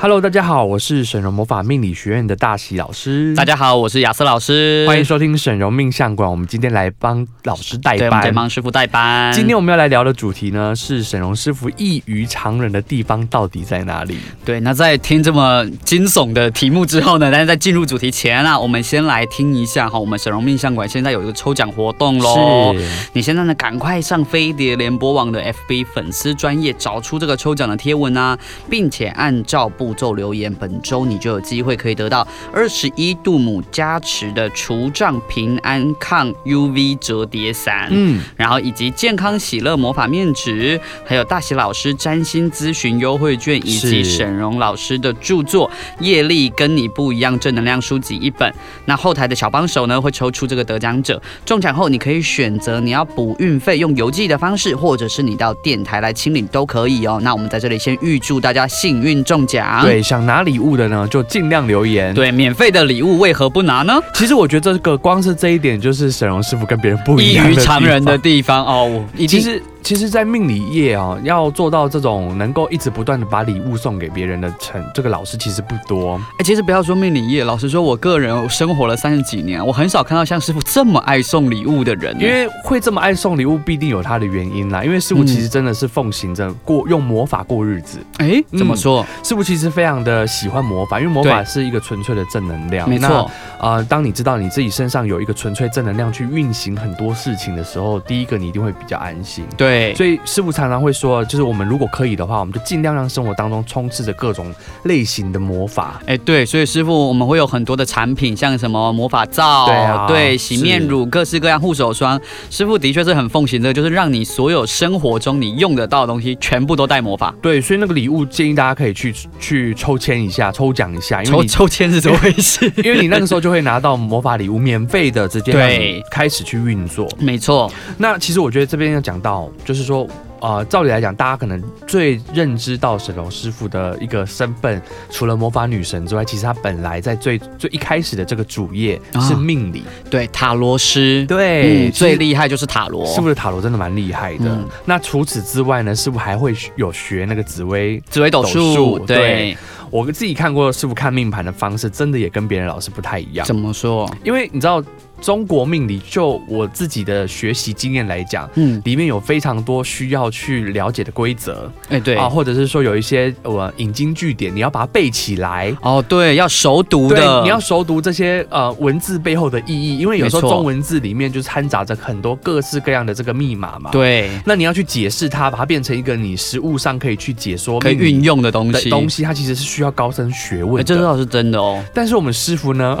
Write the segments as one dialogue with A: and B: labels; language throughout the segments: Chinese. A: Hello，大家好，我是沈荣魔法命理学院的大喜老师。
B: 大家好，我是亚瑟老师，
A: 欢迎收听沈荣命相馆。我们今天来帮老师代
B: 对，我们在
A: 班。
B: 帮师傅代班。
A: 今天我们要来聊的主题呢，是沈荣师傅异于常人的地方到底在哪里？
B: 对，那在听这么惊悚的题目之后呢，但是在进入主题前啊，我们先来听一下哈，我们沈荣命相馆现在有一个抽奖活动喽。
A: 是
B: 你现在呢，赶快上飞碟联播网的 FB 粉丝专业找出这个抽奖的贴文啊，并且按照步骤留言，本周你就有机会可以得到二十一度母加持的除障平安抗 UV 折叠伞。
A: 嗯，
B: 然后以及健康喜乐魔法面纸，还有大喜老师占星咨询优惠券，以
A: 是
B: 及沈荣老师的著作《业力跟你不一样》正能量书籍一本。那后台的小帮手呢，会抽出这个得奖者。中奖后，你可以选择你要补运费，用邮寄的方式，或者是你到电台来清领都可以哦。那我们在这里先预祝大家幸运中奖。
A: 嗯对，想拿礼物的呢，就尽量留言。，
B: 对，免费的礼物为何不拿呢？
A: 其实我觉得这个光是这一点，就是沈荣师傅跟别人不一
B: 异
A: 样
B: 于
A: 地
B: 常人的
A: 方。
B: 地方哦，我一
A: 其
B: 定
A: 实，其实，在命理业啊、要做到这种能够一直不断的把礼物送给别人的成，这个老师其实不多。
B: 哎、其实不要说命理业，老实说，我个人生活了三十几年，我很少看到像师傅这么爱送礼物的人。
A: 因为会这么爱送礼物，必定有他的原因啦。因为师
B: 嗯
A: 傅其实真的是奉行着过用魔法过日子，
B: 哎、怎
A: 嗯
B: 么说？
A: 师傅其实非常的喜欢魔法，因为魔法
B: 对
A: 是一个纯粹的正能量。
B: 没错，
A: 那，呃，当你知道你自己身上有一个纯粹正能量去运行很多事情的时候，第一个你一定会比较安心。
B: 对，
A: 所以师傅常常会说，就是我们如果可以的话，我们就尽量让生活当中充斥着各种类型的魔法。
B: 哎、对，所以师傅，我们会有很多的产品，像什么魔法皂，
A: 对啊
B: 对洗面
A: 是
B: 乳，各式各样护手霜。师傅的确是很奉行的，就是让你所有生活中你用得到的东西，全部都带魔法。
A: 对，所以那个礼物建议大家可以去去抽签一下，抽奖一下，因为
B: 抽
A: 哎你
B: 抽签是怎么回事？
A: 因为你那个时候就会拿到魔法礼物，免费的，直接让你
B: 对
A: 开始去运作。
B: 没错，
A: 那其实我觉得这边要讲到，就是说，呃，照理来讲，大家可能最认知到沈龙师傅的一个身份，除了魔法女神之外，其实他本来在最最一开始的这个主业
B: 啊
A: 是命理，
B: 对塔罗师，
A: 对
B: 嗯，最厉害就是塔罗，
A: 师傅的塔罗真的蛮厉害的。
B: 嗯
A: 那除此之外呢，师傅还会有学那个紫薇。
B: 紫微斗
A: 斗
B: 数
A: 数，
B: 对，
A: 我自己看过师傅看命盘的方式，真的也跟别人老师不太一样。
B: 怎么说？
A: 因为你知道中国命理，就我自己的学习经验来讲，
B: 嗯，
A: 里面有非常多需要去了解的规则
B: 哎、对。
A: 啊，或者是说有一些呃引经据典，你要把它背起来。
B: 哦，对，要熟读
A: 对
B: 的，，
A: 你要熟读这些呃文字背后的意义，因为有时候
B: 没错
A: 中文字里面就掺杂着很多各式各样的这个密码嘛。，
B: 对，
A: 那你要去解释它，把它变成一个你实物上可以去解说、
B: 可以
A: 命理
B: 运用的东
A: 的
B: 西，
A: 东西，它其实是需要高深学
B: 哎，
A: 问
B: 这
A: 的。
B: 倒是真的 哦。
A: 但是我们师傅呢，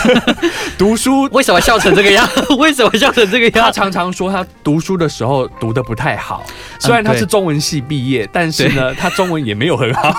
A: 读书
B: 为什么笑成这个样？ 为什么笑成这 个
A: 他
B: 样？
A: 常常说他读书的时候读的不太好，
B: 嗯
A: 虽然他
B: 对
A: 是中文系毕业，但是呢，他中文也没有很 好。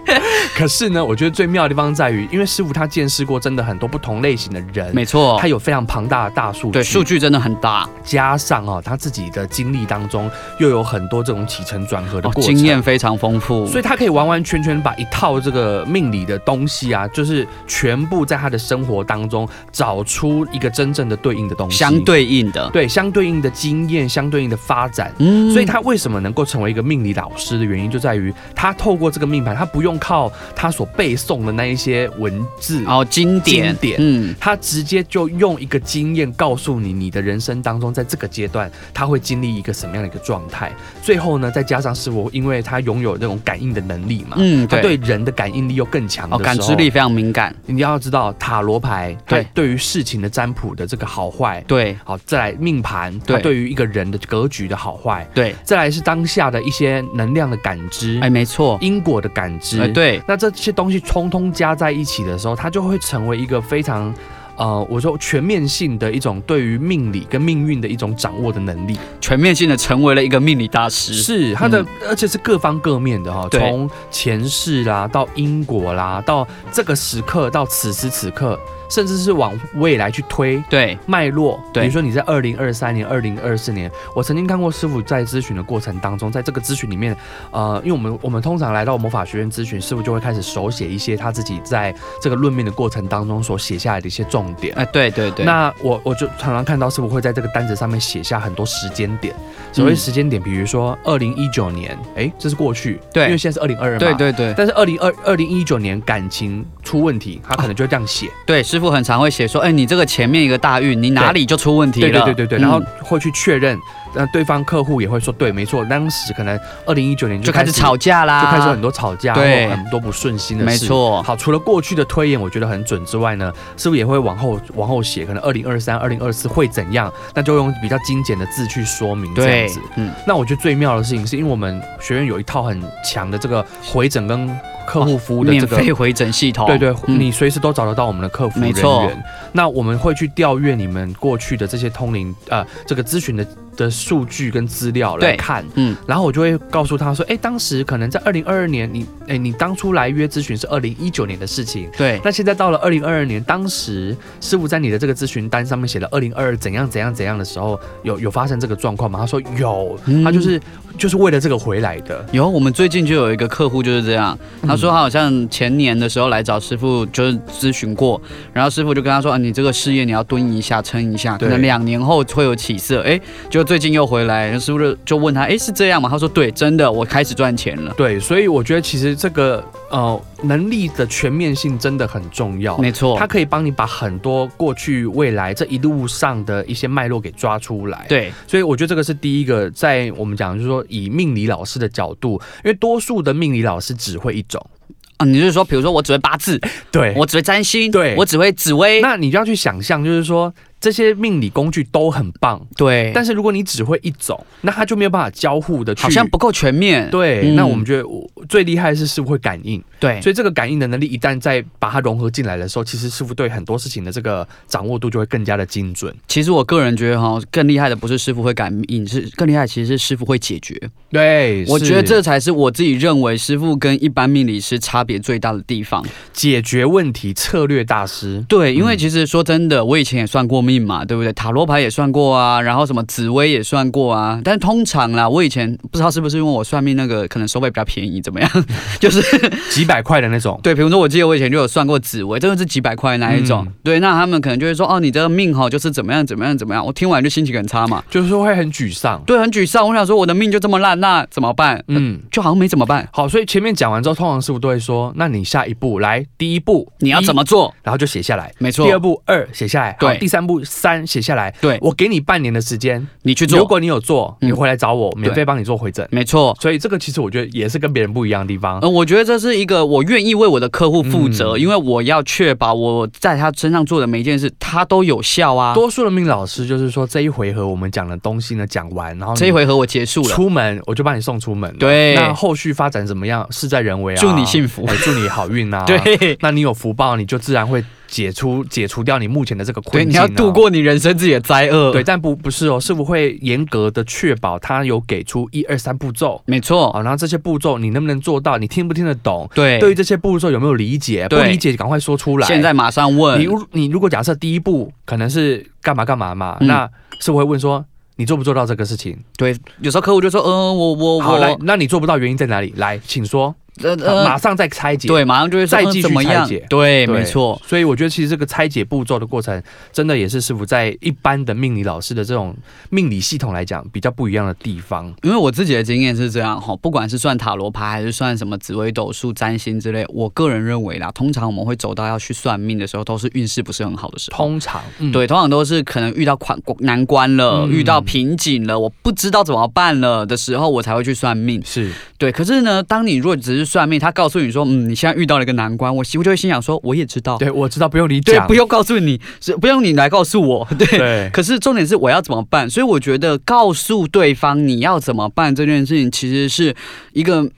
A: 可是呢，我觉得最妙的地方在于，因为师傅他见识过真的很多不同类型的人，
B: 没错
A: 他，有非常庞大的大数
B: 对，
A: 据，
B: 数据真的很大，
A: 加上哦他自己的经历当中又有很多这种起承转合的
B: 哦
A: 过程。
B: 经验非常丰富。
A: 所以他可以完完全全把一套这个命理的东西啊，就是全部在他的生活当中找出一个真正的对应的东西，
B: 相对应的，
A: 对相对应的经验、相对应的发展。
B: 嗯
A: 所以他为什么能够成为一个命理老师的原因，就在于他透过这个命盘，他不用靠他所背诵的那一些文字，
B: 哦，经典，
A: 经典
B: 嗯，
A: 他直接就用一个经验告诉你，你的人生当中在这个阶段他会经历一个什么样的一个状态。最后呢，再加上师傅，因为他拥有那种感应的能力嘛，
B: 嗯
A: 他
B: 对
A: 啊对人的感应力又更强的
B: 哦，
A: 时候
B: 感知力非常敏感，
A: 你要知道塔罗牌，对
B: 对
A: 对于事情的占卜的这个好坏，
B: 对
A: 好，再来命盘，它
B: 对
A: 对于一个人的格局的好坏，
B: 对，
A: 再来是当下的一些能量的感知，
B: 哎，没错，
A: 因果的感知，
B: 哎，。对，
A: 那这些东西通通加在一起的时候，它就会成为一个非常。呃，我说全面性的一种对于命理跟命运的一种掌握的能力，
B: 全面性的成为了一个命理大师。
A: 是它的，而且是各方各面的哈、
B: 嗯对
A: 从前世啦，到因果啦，到这个时刻，到此时此刻，甚至是往未来去推。
B: 对，
A: 脉络，比
B: 对
A: 如说你在二零二三年、二零二四年，我曾经看过师傅在咨询的过程当中，在这个咨询里面，呃，因为我们我们通常来到魔法学院咨询，师傅就会开始手写一些他自己在这个论命的过程当中所写下来的一些重点。
B: 哎、对对对，
A: 那我我就常常看到师傅会在这个单子上面写下很多时间点，所谓
B: 嗯
A: 时间点，比如说二零一九年，哎、这是过去，
B: 对
A: 因为现在是二零二二嘛，
B: 对。对对
A: 但是二零二二零一九年感情出问题，他可能就会这样写，
B: 对，师傅很常会写说，哎、你这个前面一个大运，你哪里就出问题
A: 对
B: 了？
A: 对对对对，
B: 嗯
A: 然后会去确认，那对方客户也会说对，没错，当时可能二零一九年
B: 就
A: 就
B: 开始吵架啦，
A: 就开始很多吵架，
B: 对
A: 或很多不顺心的事。
B: 没错，
A: 好，除了过去的推演，我觉得很准之外呢，师傅也会往后往后写，可能二零二三、二零二四会怎样，那就用比较精简的字去说明这样
B: 对
A: 子。，
B: 嗯，
A: 那我觉得最妙的事情，是因为我们学院有一套很强的这个回诊跟客户服务的
B: 免
A: 这个。
B: 费回诊系统，
A: 对对，
B: 嗯
A: 你随时都找得到我们的客服人
B: 没错
A: 员。那我们会去调阅你们过去的这些通灵呃这个咨询的的数据跟资料来
B: 对
A: 看，
B: 嗯，
A: 然后我就会告诉他说，哎，当时可能在二零二二年，你哎你当初来约咨询是二零一九年的事情。
B: 对，
A: 那现在到了二零二二年，当时师傅在你的这个咨询单上面写了二零二二怎样怎样怎样的时候，有有发生这个状况吗？他说有，
B: 嗯
A: 他就是、就是为了这个回来的。
B: 有，我们最近就有一个客户就是这样，
A: 嗯
B: 他说他好像前年的时候来找师傅就是咨询过，然后师傅就跟他说啊，你这个事业你要蹲一下，撑一下，可
A: 对
B: 能两年后会有起色。哎，就最近又回来，然后师傅就就问他，哎，是这样吗？他说对，真的，我开始赚钱了。
A: 对，所以我觉得其实这个呃能力的全面性真的很重要。
B: 没错
A: 它，可以帮你把很多过去、未来这一路上的一些脉络给抓出来。，
B: 对，
A: 所以我觉得这个是第一个，在我们讲就是说以命理老师的角度，因为多数的命理老师只会一种。
B: 啊，你就是说，比如说我只会八字，
A: 对
B: 我只会占星，
A: 对
B: 我只会紫薇，
A: 那你就要去想象，就是说这些命理工具都很棒，
B: 对，
A: 但是如果你只会一种，那它就没有办法交互的去。
B: 好像不够全面。
A: 对，
B: 嗯
A: 那我们觉得我最厉害的是师傅会感应。
B: 对，
A: 所以这个感应的能力一旦再把它融合进来的时候，其实师傅对很多事情的这个掌握度就会更加的精准。
B: 其实我个人觉得哈，更厉害的不是师傅会感应，是更厉害其实是师傅会解决。
A: 对
B: 我觉得这才是我自己认为师傅跟一般命理师差别最大的地方。
A: 解决问题策略大师，
B: 对，因为
A: 嗯
B: 其实说真的，我以前也算过命嘛，对不对？塔罗牌也算过啊，然后什么紫薇也算过啊。但通常啦，我以前不知道是不是因为我算命那个可能收费比较便宜，怎么样？ 就是。
A: 几百块的那种
B: 对，比如说我记得我以前就有算过紫薇，真的是几百块那一种。
A: 嗯
B: 对，那他们可能就会说，哦，你这个命哈就是怎么样怎么样怎么样。我听完就心情很差嘛，
A: 就是会很沮丧。
B: 对，很沮丧。我想说我的命就这么烂，那怎么办？嗯，
A: 嗯，
B: 就好像没怎么办。
A: 好，所以前面讲完之后，通常师傅都会说：“那你下一步来，第一步
B: 你要怎？么做？
A: 一然后就写下来。
B: 没错
A: 第，二步二写下来，好
B: 对
A: 第三步三写下来。
B: 对
A: 我给你半年的时间，
B: 你去
A: 如
B: 做。
A: 果你有做，你
B: 嗯
A: 回来找我，免费帮你做回诊。
B: 没错，
A: 所以这个其实我觉得也是跟别人不一样的地方。
B: 呃，我觉得这是一个我愿意为我的客户负责，
A: 啊嗯
B: 因为我要确保我在他身上做的每一件事，他都有效啊。
A: 多数的命老师就是说，这一回合我们讲的东西呢讲完，然后你
B: 这一回合我结束了，
A: 出门我就把你送出门了。
B: 对
A: 那后续发展怎么样，事在人为 啊。
B: 祝你幸福
A: 哎，祝你好运啊。，
B: 对。
A: 那你有福报，你就自然会解除解除掉你目前的这个
B: 对，
A: 困
B: 你
A: 境、啊。
B: 要度。过你人生自己的灾厄。
A: 对，，但不不是哦，师傅会严格的确保他有给出一二三步骤。
B: 没错，
A: 好，然后这些步骤你能不能做到？你听不听得懂？
B: 哦对。
A: 对于这些步骤有没有理解？不
B: 对
A: 理解赶快说出来。
B: 现在马上
A: 你
B: 问，
A: 如你如果假设第一步可能是干嘛干嘛嘛，
B: 嗯
A: 那是我会问说你做不做到这个事情？
B: 对，有时候客户就说，嗯、我我
A: 好，
B: 我，
A: 来，那你做不到原因在哪里？来，请说，
B: 呃
A: 马
B: 呃，
A: 上再拆解。
B: 对，马上就会说
A: 再
B: 嗯
A: 继续
B: 怎么样
A: 拆解？
B: 对，
A: 对，
B: 没错，
A: 所以我觉得其实这个拆解步骤的过程，真的也是师傅在一般的命理老师的这种命理系统来讲比较不一样的地方。
B: 因为我自己的经验是这样哈，不管是算塔罗牌还是算什么紫微斗数、占星之类，我个人认为啦，通常我们会走到要去算命的时候，都是运势不是很好的时候。
A: 通常，嗯，
B: 对，通常都是可能遇到款难关了，
A: 嗯
B: 遇到瓶颈了，我不知道怎么办了的时候，我才会去算命。
A: 是
B: 对，可是呢，当你如果只是算命，他告诉你说，嗯，你现在遇到了一个难关，我媳妇就会心想说，我也知道，
A: 对，我知道，不用你
B: 哦对，
A: 讲，
B: 不用告诉你，是不用你来告诉我，对。
A: 对，
B: 可是重点是我要怎么办？所以我觉得告诉对方你要怎么办这件事情，其实是一个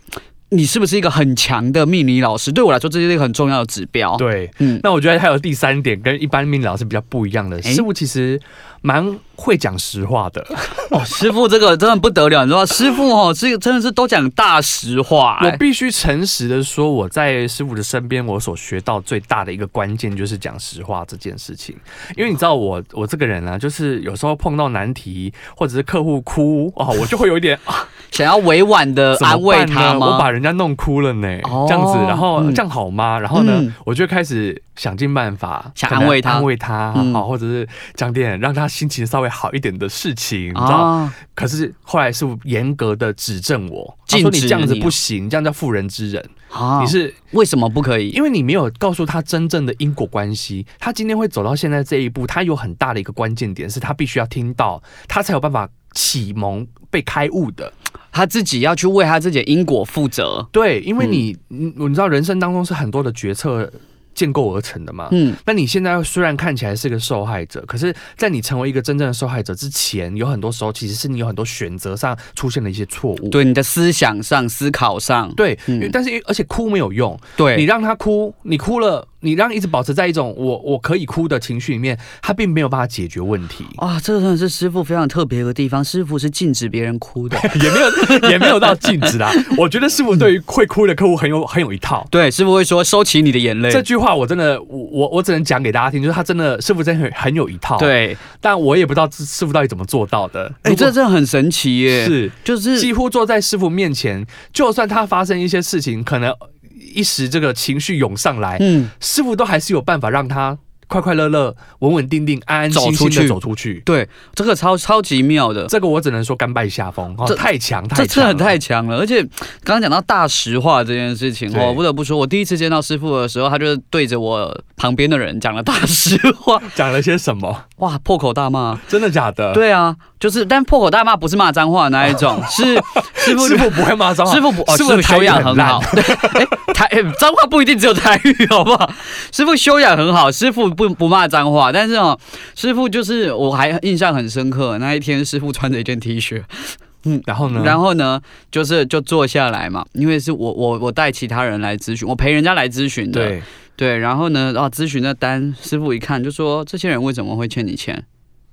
B: 你是不是一个很强的命理老师？对我来说，这是一个很重要的指标。，
A: 对，
B: 嗯，
A: 那我觉得还有第三点，跟一般命理老师比较不一样的，
B: 诶
A: 师傅其实蛮会讲实话的。
B: 哦，师傅这个真的不得了，你知道吗，师傅哦，这个真的是都讲大实话、
A: 我
B: 哎
A: 必须诚实的说，我在师傅的身边，我所学到最大的一个关键就是讲实话这件事情。因为你知道我，我这个人啊，就是有时候碰到难题或者是客户哭哦，我就会有一点啊
B: 想要委婉的
A: 怎么
B: 呃安慰
A: 办呢
B: 他
A: 我
B: 吗？
A: 把人家弄哭了呢，
B: 哦
A: 这样子，然后
B: 嗯
A: 这样好吗？然后呢，
B: 嗯
A: 我就开始想尽办法
B: 想
A: 可能
B: 安慰他
A: 安慰他，
B: 嗯
A: 哦，或者是讲点让他心情稍微好一点的事情，你知道
B: 啊，
A: 可是后来师傅严格的指正我，他
B: 禁
A: 说你
B: 止
A: 这样子
B: 你
A: 不行，这样叫妇人之仁。
B: 啊
A: 你是
B: 为什么不可以？
A: 因为你没有告诉他真正的因果关系，他今天会走到现在这一步，他有很大的一个关键点是他必须要听到，他才有办法启蒙被开悟的。
B: 他自己要去为他自己的因果负责。
A: 对，因为你，你你知道人生当中是很多的决策建构而成的嘛。
B: 嗯，
A: 那你现在虽然看起来是个受害者，可是，在你成为一个真正的受害者之前，有很多时候其实是你有很多选择上出现了一些错误。
B: 对，你的思想上、思考上，
A: 对，
B: 嗯
A: 因为但是因为而且哭没有用，
B: 对
A: 你让他哭，你哭了，你让一直保持在一种我我可以哭的情绪里面，他并没有办法解决问题，
B: 啊，这个真的是师傅非常特别的地方。师傅是禁止别人哭的，
A: 也没有 也没有到禁止啦。我觉得师傅对于会哭的客户很有很有一套。
B: 对，师傅会说收起你的眼泪。
A: 这句话我真的，我我我只能讲给大家听，就是他真的师傅真的很很有一套，，
B: 对，
A: 但我也不知道师傅到底怎么做到的。
B: 哎、
A: 如果
B: 这真的很神奇耶！，
A: 是
B: 就是
A: 几乎坐在师傅面前，就算他发生一些事情，可能一时这个情绪涌上来，
B: 嗯，
A: 师傅都还是有办法让他快快乐乐、稳稳定定、安安心心的走出去。
B: 对，这个超超级妙的，
A: 这个我只能说甘拜下风，哦
B: 这、
A: 太强
B: 这
A: 太
B: 真
A: 强
B: 的
A: 了，
B: 太强了。而且刚刚讲到大实话这件事情
A: 对
B: 哦，我不得不说，我第一次见到师傅的时候，他就是对着我旁边的人讲了大实话，
A: 讲了些什么？
B: 哇，破口大骂。
A: 真的假的？，
B: 对啊，就是但破口大骂不是骂脏话那一种，是师傅
A: 师傅不会啊骂脏话，
B: 师傅不，
A: 师
B: 哦、师
A: 傅
B: 傅
A: 的台
B: 修
A: 语
B: 养很
A: 烂
B: 好。。对， 哎，台哎脏话不一定只有台语， 好不好？师傅修养很好，师傅不不骂脏话，但是哦，师傅就是我还印象很深刻，那一天师傅穿着一件 T 恤，
A: 然后呢？
B: 然
A: 后
B: 后呢，就是就坐下来嘛，因为是我我我带其他人来咨询，我陪人家来咨询的，
A: 对，
B: 对，然后呢，哦，咨询的单，师傅一看就说，这些人为什么会欠你钱？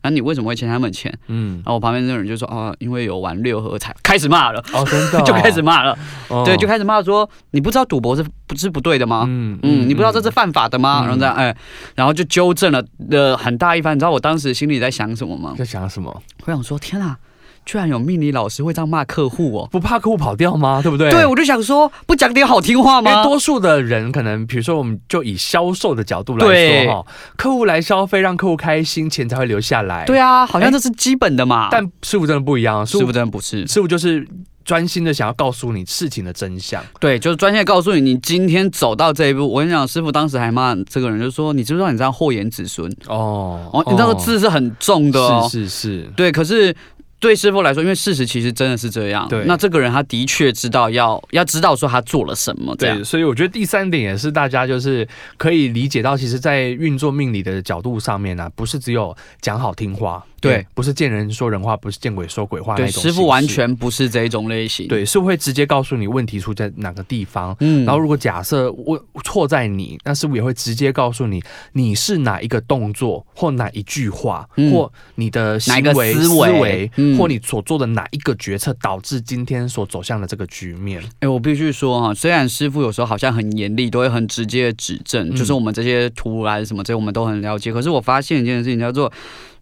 B: 然后你为什么会欠他们钱？
A: 嗯
B: 然，后我旁边那个人就说，哦，因为有玩六合彩，开始骂了，
A: 哦，真的哦
B: 就开始，骂了。
A: 哦
B: 对，就开始骂说你不知道赌博是不是不对的吗？
A: 嗯
B: 嗯，你不知道这是犯法的吗？然后这样，哎，然后就纠正了呃很大一番。你知道我当时心里在想什么吗？
A: 在想什么？
B: 我想说，天啊，居然有命理老师会这样骂客户哦！
A: 不怕客户跑掉吗？对不对？
B: 对，我就想说，不讲点好听话
A: 因为
B: 吗？
A: 多数的人可能，比如说，我们就以销售的角度来
B: 对
A: 说，哈，客户来消费，让客户开心，钱才会留下来。
B: 对啊，好像
A: 哎
B: 这是基本的嘛。
A: 但师傅真的不一样，师
B: 师
A: 傅
B: 傅真的不是，
A: 师傅就是专心的想要告诉你事情的真相。
B: 对，就是专业告诉你，你今天走到这一步。我跟你讲，师傅当时还骂这个人，就说你知不知道你这样祸延子孙？
A: 哦
B: 哦，你知道字是很重的哦。
A: 是是是，
B: 对，可是对师傅来说，因为事实其实真的是这样。
A: 对
B: 那这个人他的确知道要要知道说他做了什么，这样
A: 对，啊所以我觉得第三点也是大家就是可以理解到，其实，在运作命理的角度上面呢、不是只有讲好听话，
B: 对，
A: 不是见人说人话，不是见鬼说鬼话那
B: 对
A: 种形式。
B: 师傅完全不是这一种类型。，
A: 对，是会直接告诉你问题出在哪个地方。
B: 嗯
A: 然后，如果假设我错在你，那师傅也会直接告诉你你是哪一个动作或哪一句话，
B: 嗯
A: 或你的行
B: 哪一个
A: 为
B: 思维嗯
A: 或你所做的哪一个决策，导致今天所走向的这个局面。
B: 哎、我必须说哈，虽然师傅有时候好像很严厉，都会很直接的指正，
A: 嗯
B: 就是我们这些图啊什么这些我们都很了解。可是我发现一件事情叫做，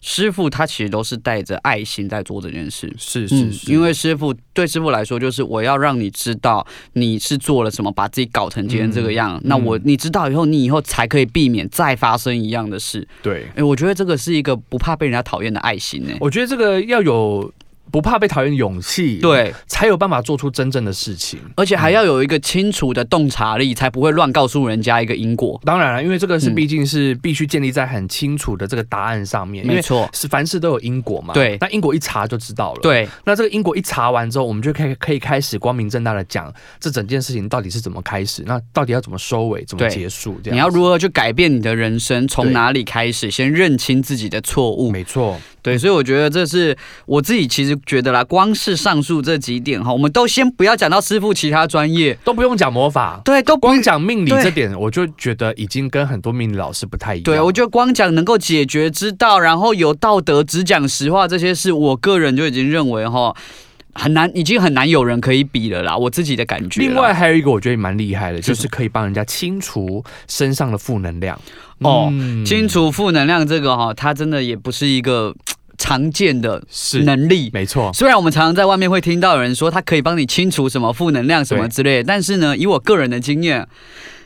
B: 师傅他其实都是带着爱心在做这件事。
A: 是
B: 嗯，因为师傅对师傅来说，就是我要让你知道你是做了什么，把自己搞成今天
A: 嗯
B: 这个样。那我你知道以后，你以后才可以避免再发生一样的事。
A: 对，
B: 哎，我觉得这个是一个不怕被人家讨厌的爱心呢、
A: 我觉得这个要有不怕被讨厌的勇气，，
B: 对，
A: 才有办法做出真正的事情。
B: 而且还要有一个清楚的洞察力，才不会乱告诉人家一个因果。
A: 当然了，啊因为这个是
B: 嗯
A: 毕竟是必须建立在很清楚的这个答案上面，因
B: 没
A: 为
B: 错，
A: 是凡事都有因果嘛。
B: 对
A: 那因果一查就知道了。，
B: 对，
A: 那这个因果一查完之后，我们就可以可以开始光明正大的讲这整件事情到底是怎么开始，那到底要怎么收尾，怎么
B: 对
A: 结束，这样
B: 你要如何去改变你的人生，
A: 对
B: 从哪里开始，先认清自己的错误。
A: 没错，
B: 对，所以我觉得这是我自己其实觉得啦，光是上述这几点哈，我们都先不要讲到师傅其他专业，
A: 都不用讲魔法，
B: 对，都不
A: 光讲命理
B: 对
A: 这点，我就觉得已经跟很多命理老师不太一样。
B: 对，我觉得光讲能够解决之道，然后有道德，只讲实话这些事，我个人就已经认为哈，很难，已经很难有人可以比了啦。我自己的感觉啦。
A: 另外还有一个我觉得蛮厉害的，
B: 是
A: 就是可以帮人家清除身上的负能量。
B: 哦
A: 嗯
B: 清除负能量这个哈，它真的也不是一个常见的
A: 是
B: 能力。
A: 没错，
B: 虽然我们常常在外面会听到有人说它可以帮你清除什么负能量什么
A: 对
B: 之类的，但是呢，以我个人的经验，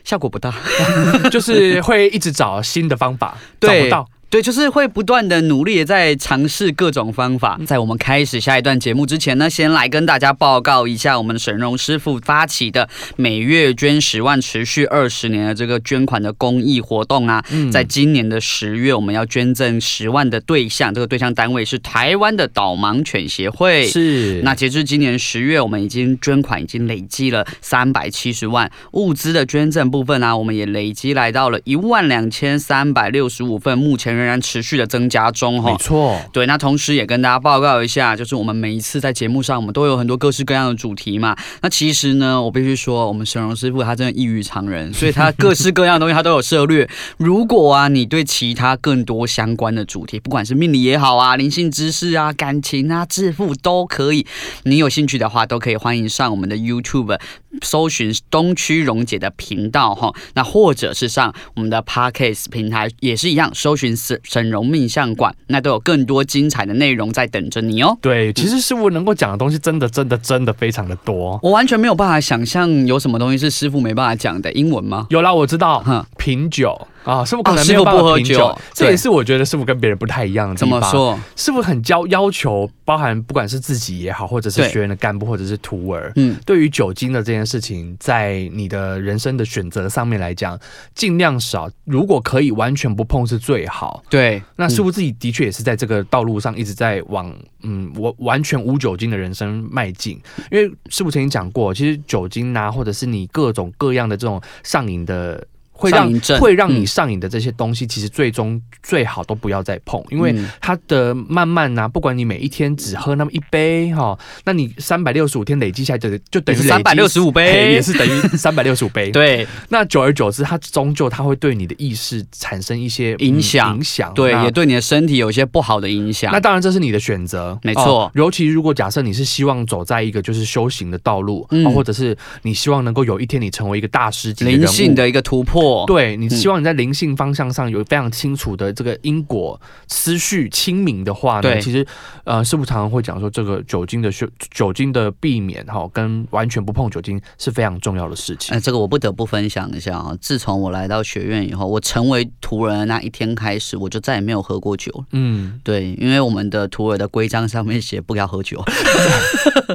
B: 效果不大。
A: 就是会一直找新的方 法，找
B: 对
A: 不到。
B: 对，就是会不断的努力地在尝试各种方法。在我们开始下一段节目之前呢，先来跟大家报告一下我们沈荣师傅发起的每月捐十万、持续二十年的这个捐款的公益活动啊。在今年的十月，我们要捐赠十万的对象，这个对象单位是台湾的导盲犬协会。
A: 是
B: 那截至今年十月，我们已经捐款已经累计了三百七十万，物资的捐赠部分呢、我们也累积来到了一万两千三百六十五份，目前仍然持续的增加中
A: 没
B: 哈。
A: 错，
B: 对，那同时也跟大家报告一下，就是我们每一次在节目上，我们都有很多各式各样的主题嘛。那其实呢，我必须说，我们沈荣师傅他真的异于常人，所以他各式各样的东西他都有涉略。如果啊，你对其他更多相关的主题，不管是命理也好啊、灵性知识啊、感情啊、致富都可以，你有兴趣的话，都可以欢迎上我们的 YouTube 搜寻东区荣姐的频道哈。那或者是上我们的 Podcast 平台也是一样，搜寻沈沈荣命相馆，那都有更多精彩的内容在等着你哦。
A: 对，其实师傅能够讲的东西真的真的真的非常的多。
B: 我完全没有办法想象有什么东西是师傅没办法讲的，英文吗？
A: 有啦，我知道
B: 哼，
A: 品酒啊，师傅可
B: 哦
A: 能
B: 师
A: 没有
B: 傅
A: 办
B: 不
A: 法
B: 喝
A: 品
B: 酒
A: 酒，这
B: 对
A: 也是我觉得师傅跟别人不太一样的地
B: 怎
A: 方。
B: 么？说？
A: 师傅很要要求，包含不管是自己也好，或者是
B: 对
A: 学员的干部，或者是徒儿，
B: 嗯，
A: 对于酒精的这件事情，在你的人生的选择上面来讲，尽量少。如果可以完全不碰是最好。
B: 对，
A: 那
B: 嗯
A: 师傅自己的确也是在这个道路上一直在往嗯我完全无酒精的人生迈进，因为师傅曾经讲过，其实酒精啊，或者是你各种各样的这种上瘾的。会
B: 上
A: 让
B: 瘾症
A: 会让你
B: 嗯
A: 上瘾的这些东西，其实最终最好都不要再碰，因为
B: 嗯
A: 它的慢慢啊呐、不管你每一天只喝那么一杯哈、那你三百六十五天累积下来就就等于累积
B: 365杯
A: 也是等于 三百六十五杯。，
B: 对
A: 那久而久之，它终究它会对你的意识产生一些嗯
B: 影响
A: 影响
B: 对，
A: 那
B: 也对你的身体有一些不好的影响
A: 那。当然，这是你的选择，
B: 没错
A: 哦尤其如果假设你是希望走在一个就是修行的道路，
B: 嗯
A: 哦或者是你希望能够有一天你成为一个大师级的人物
B: 灵性，的一个突破，
A: 对你
B: 嗯
A: 希望你在灵性方向上有非常清楚的这个因果思绪清明的话呢，
B: 对
A: 其实呃，师傅常常会讲说，这个酒精的修酒精的避免哈、跟完全不碰酒精是非常重要的事情。
B: 哎，这个我不得不分享一下啊！自从我来到学院以后，我成为徒儿的那一天开始，我就再也没有喝过酒了。
A: 嗯，
B: 对，因为我们的徒儿的规章上面写不要喝酒，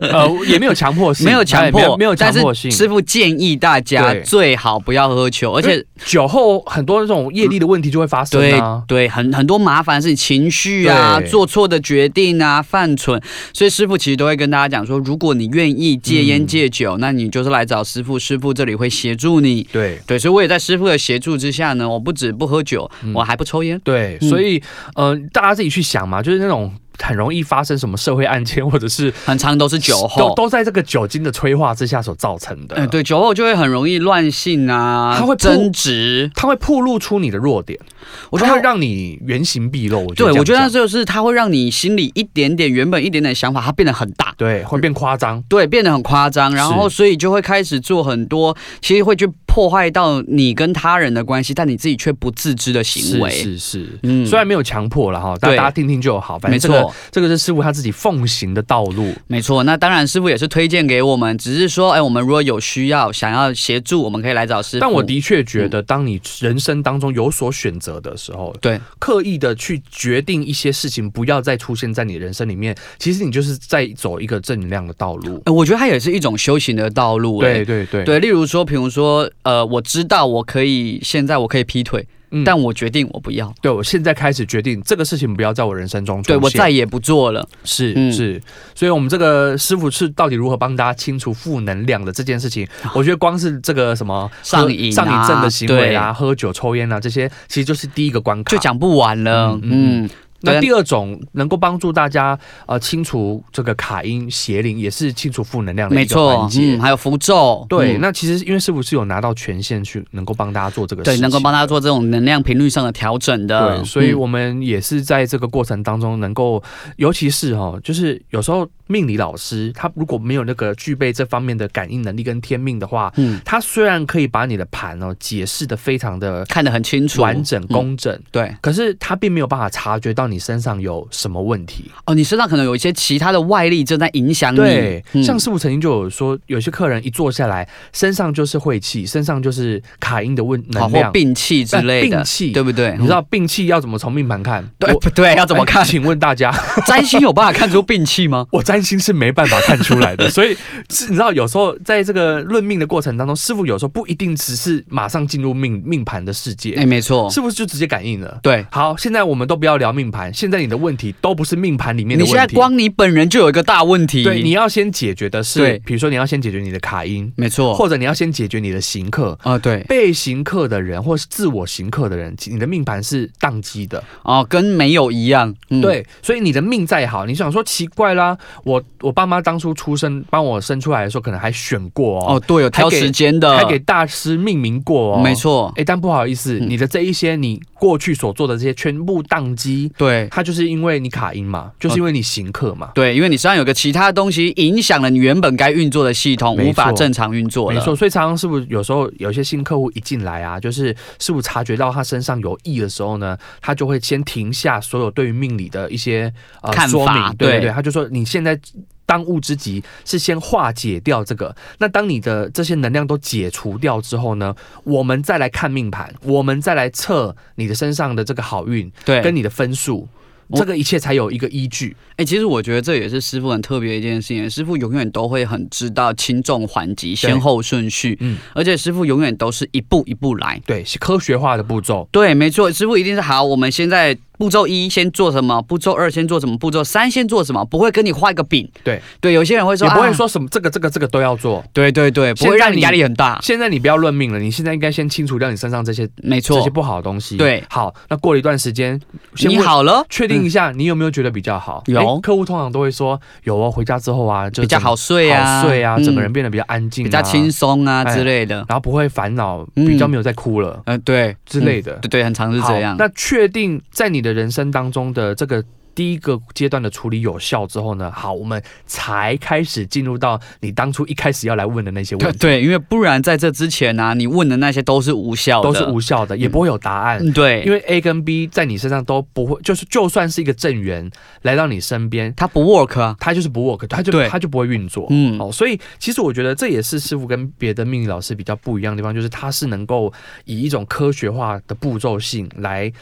A: 呃，也没有强迫性，
B: 没有强
A: 哎没
B: 迫，
A: 有没有强迫性
B: 但是。师傅建议大家
A: 对
B: 最好不要喝酒，而
A: 因
B: 且
A: 为酒后很多这种业力的问题就会发生
B: 对
A: 啊。
B: 对，很很多麻烦是情绪啊，
A: 对
B: 做错的决定啊，犯蠢，所以师傅其实都会跟大家讲说，如果你愿意戒烟
A: 嗯
B: 戒酒，那你就是来找师傅，师傅这里会协助你。
A: 对
B: 对，所以我也在师傅的协助之下呢，我不止不喝酒，
A: 嗯
B: 我还不抽烟。
A: 对，
B: 嗯
A: 所以呃，大家自己去想嘛，就是那种很容易发生什么社会案件，或者是
B: 很长都是酒
A: 都
B: 后。
A: 都在这个酒精的催化之下所造成的。
B: 嗯，，对，酒后就会很容易乱性啊，
A: 它会铺
B: 争执。
A: 它会暴露出你的弱点，
B: 我
A: 我
B: 觉
A: 觉得
B: 得它
A: 会让你原形毕露。我觉得这
B: 对
A: 样
B: 我觉得那
A: 讲
B: 就是它会让你心里一点点原本一点点想法，它变得很大。
A: 对，会变夸张。
B: 对，变得很夸张，然后
A: 是
B: 所以就会开始做很多，其实会去破坏到你跟他人的关系，但你自己却不自知的行为。
A: 是是是。
B: 嗯
A: 虽然没有强迫了哈，但
B: 对
A: 大家听听就好。反
B: 没
A: 正这个
B: 错，
A: 这个是师傅他自己奉行的道路。
B: 没错。那当然，师傅也是推荐给我们，只是说，哎，我们如果有需要，想要协助，我们可以来找师傅。
A: 但我的
B: 嗯
A: 确觉得，当你人生当中有所选择的时候，
B: 对，
A: 刻意的去决定一些事情不要再出现在你人生里面，其实你就是在走一个正能量的道路。
B: 哎我觉得它也是一种修行的道路、哎
A: 对对对，
B: 对，例如说，比如说，呃，我知道我可以现在我可以劈腿，
A: 嗯
B: 但我决定我不要，
A: 对我现在开始决定这个事情不要在我人生中出
B: 对
A: 现。
B: 我再也不做了。
A: 是、
B: 嗯
A: 是，所以我们这个师傅是到底如何帮大家清除负能量的这件事情，我觉得光是这个什么喝
B: 啊上瘾啊
A: 上瘾症的行为啊，喝酒抽烟啊这些，其实就是第一个关卡。
B: 就讲不完了。
A: 嗯嗯
B: 嗯，
A: 那
B: 对
A: 第二种能够帮助大家呃清除这个卡因邪灵，也是清除负能量的
B: 没
A: 一个环
B: 错，
A: 节。
B: 嗯，还有符咒，
A: 对，
B: 嗯
A: 那其实因为师傅是有拿到权限去能够帮大家做这个事
B: 对
A: 情，
B: 能够帮大家做这种能量频率上的调整的，
A: 对，所以
B: 嗯
A: 我们也是在这个过程当中能够，尤其是哈，就是有时候命理老师他如果没有那个具备这方面的感应能力跟天命的话，
B: 嗯
A: 他虽然可以把你的盘哦解释的非常的
B: 看得很清楚，
A: 完整
B: 嗯
A: 工整，
B: 对
A: 可是他并没有办法察觉到你身上有什么问题。
B: 哦，你身上可能有一些其他的外力正在影响你，
A: 对，
B: 嗯
A: 像师傅曾经就有说，有些客人一坐下来，身上就是晦气，身上就是卡因的问
B: 好
A: 能
B: 或
A: 量。
B: 病气之类的，
A: 呃病气
B: 对不对？
A: 你知道病气要怎么从命盘看？
B: 对
A: 我
B: 不 对？要怎么看
A: 哎？请问大 家，
B: 占星有办法看出病气 吗？
A: 我占星是没办法看出来的，所以是你知道，有时候在这个论命的过程当中，师傅有时候不一定只是马上进入命命盘的世界，
B: 哎，没错，
A: 是不是就直接感应了？
B: 对。
A: 好，现在我们都不要聊命盘，现在你的问题都不是命盘里面的
B: 你
A: 问
B: 现
A: 题。
B: 在光你本人就有一个大问题，
A: 对，你要先解决的是
B: 对，哦
A: 比如说你要先解决你的卡因，
B: 没错，
A: 或者你要先解决你的行客。
B: 啊、对，
A: 被行客的人，或是自我行客的人，你的命盘是宕机的。
B: 哦，跟没有一样，嗯、，
A: 对，所以你的命再好，你想说奇怪啦，我我爸妈当初出生帮我生出来的时候，可能还选过哦，
B: 哦，对，有挑
A: 还给
B: 时间的，
A: 还给大师命名过哦，
B: 没。错，
A: 哎，但不好意思，
B: 嗯
A: 你的这一些你过去所做的这些全部宕机，
B: 对
A: 它就是因为你卡音嘛，就是因为你行客嘛。
B: 对，因为你身上有个其他东西影响了你原本该运作的系统，
A: 没错
B: 无法正常运作了。
A: 没错，，所以常常师傅有时候有一些新客户一进来啊，就是师傅察觉到他身上有异的时候呢，他就会先停下所有对于命理的一些呃
B: 看法
A: 说明，对
B: 对
A: 对，他就说你现在。当务之急是先化解掉这个。那当你的这些能量都解除掉之后呢，我们再来看命盘，我们再来测你的身上的这个好运
B: 对，
A: 跟你的分数，
B: 我
A: 这个一切才有一个依据。
B: 哎、其实我觉得这也是师傅很特别的一件事情。师傅永远都会很知道轻重缓急、先后顺序，
A: 嗯
B: 而且师傅永远都是一步一步来。
A: 对，是科学化的步骤。
B: 对，没错，师傅一定是好。我们现在步骤一先做什么，步骤二先做什么，步骤三先做什么，不会跟你画一个饼。
A: 对
B: 对，有些人会说，
A: 也不会
B: 啊
A: 说什么这个这个这个都要做。
B: 对对对，不
A: 现在
B: 会让你
A: 你
B: 压力很大。
A: 现在你不要论命了，你现在应该先清除掉你身上这些
B: 没
A: 这些
B: 错，
A: 不好的东西。
B: 对
A: 好，那过了一段时间，先
B: 你
A: 问，
B: 好了，
A: 确定一下你有没有觉得比较好？诶
B: 有
A: 客户通常都会说有哦，回家之后啊，就
B: 比较好睡啊，
A: 好睡啊，整个人
B: 嗯
A: 变得比较安静、
B: 比较轻，松啊
A: 哎
B: 之类的。
A: 然后不会烦恼，
B: 嗯
A: 比较没有在哭了。
B: 呃，对
A: 之类的
B: 嗯对对，很常是
A: 好
B: 这，样。
A: 那确定在你的人生当中的这个。第一个阶段的处理有效之后呢，好，我们才开始进入到你当初一开始要来问的那些问
B: 对
A: 题，
B: 对，因为不然在这之前呢、你问的那些都是无效的，
A: 都是无效的，也不会有答案。
B: 嗯对，
A: 因为 A 跟 B 在你身上都不会，就是就算是一个正缘来到你身边，
B: 它不 work 啊。
A: 它就是不 work，它就
B: 对
A: 它就不会运作。
B: 嗯，
A: 哦，所以其实我觉得这也是师傅跟别的命理老师比较不一样的地方，就是他是能够以一种科学化的步骤性来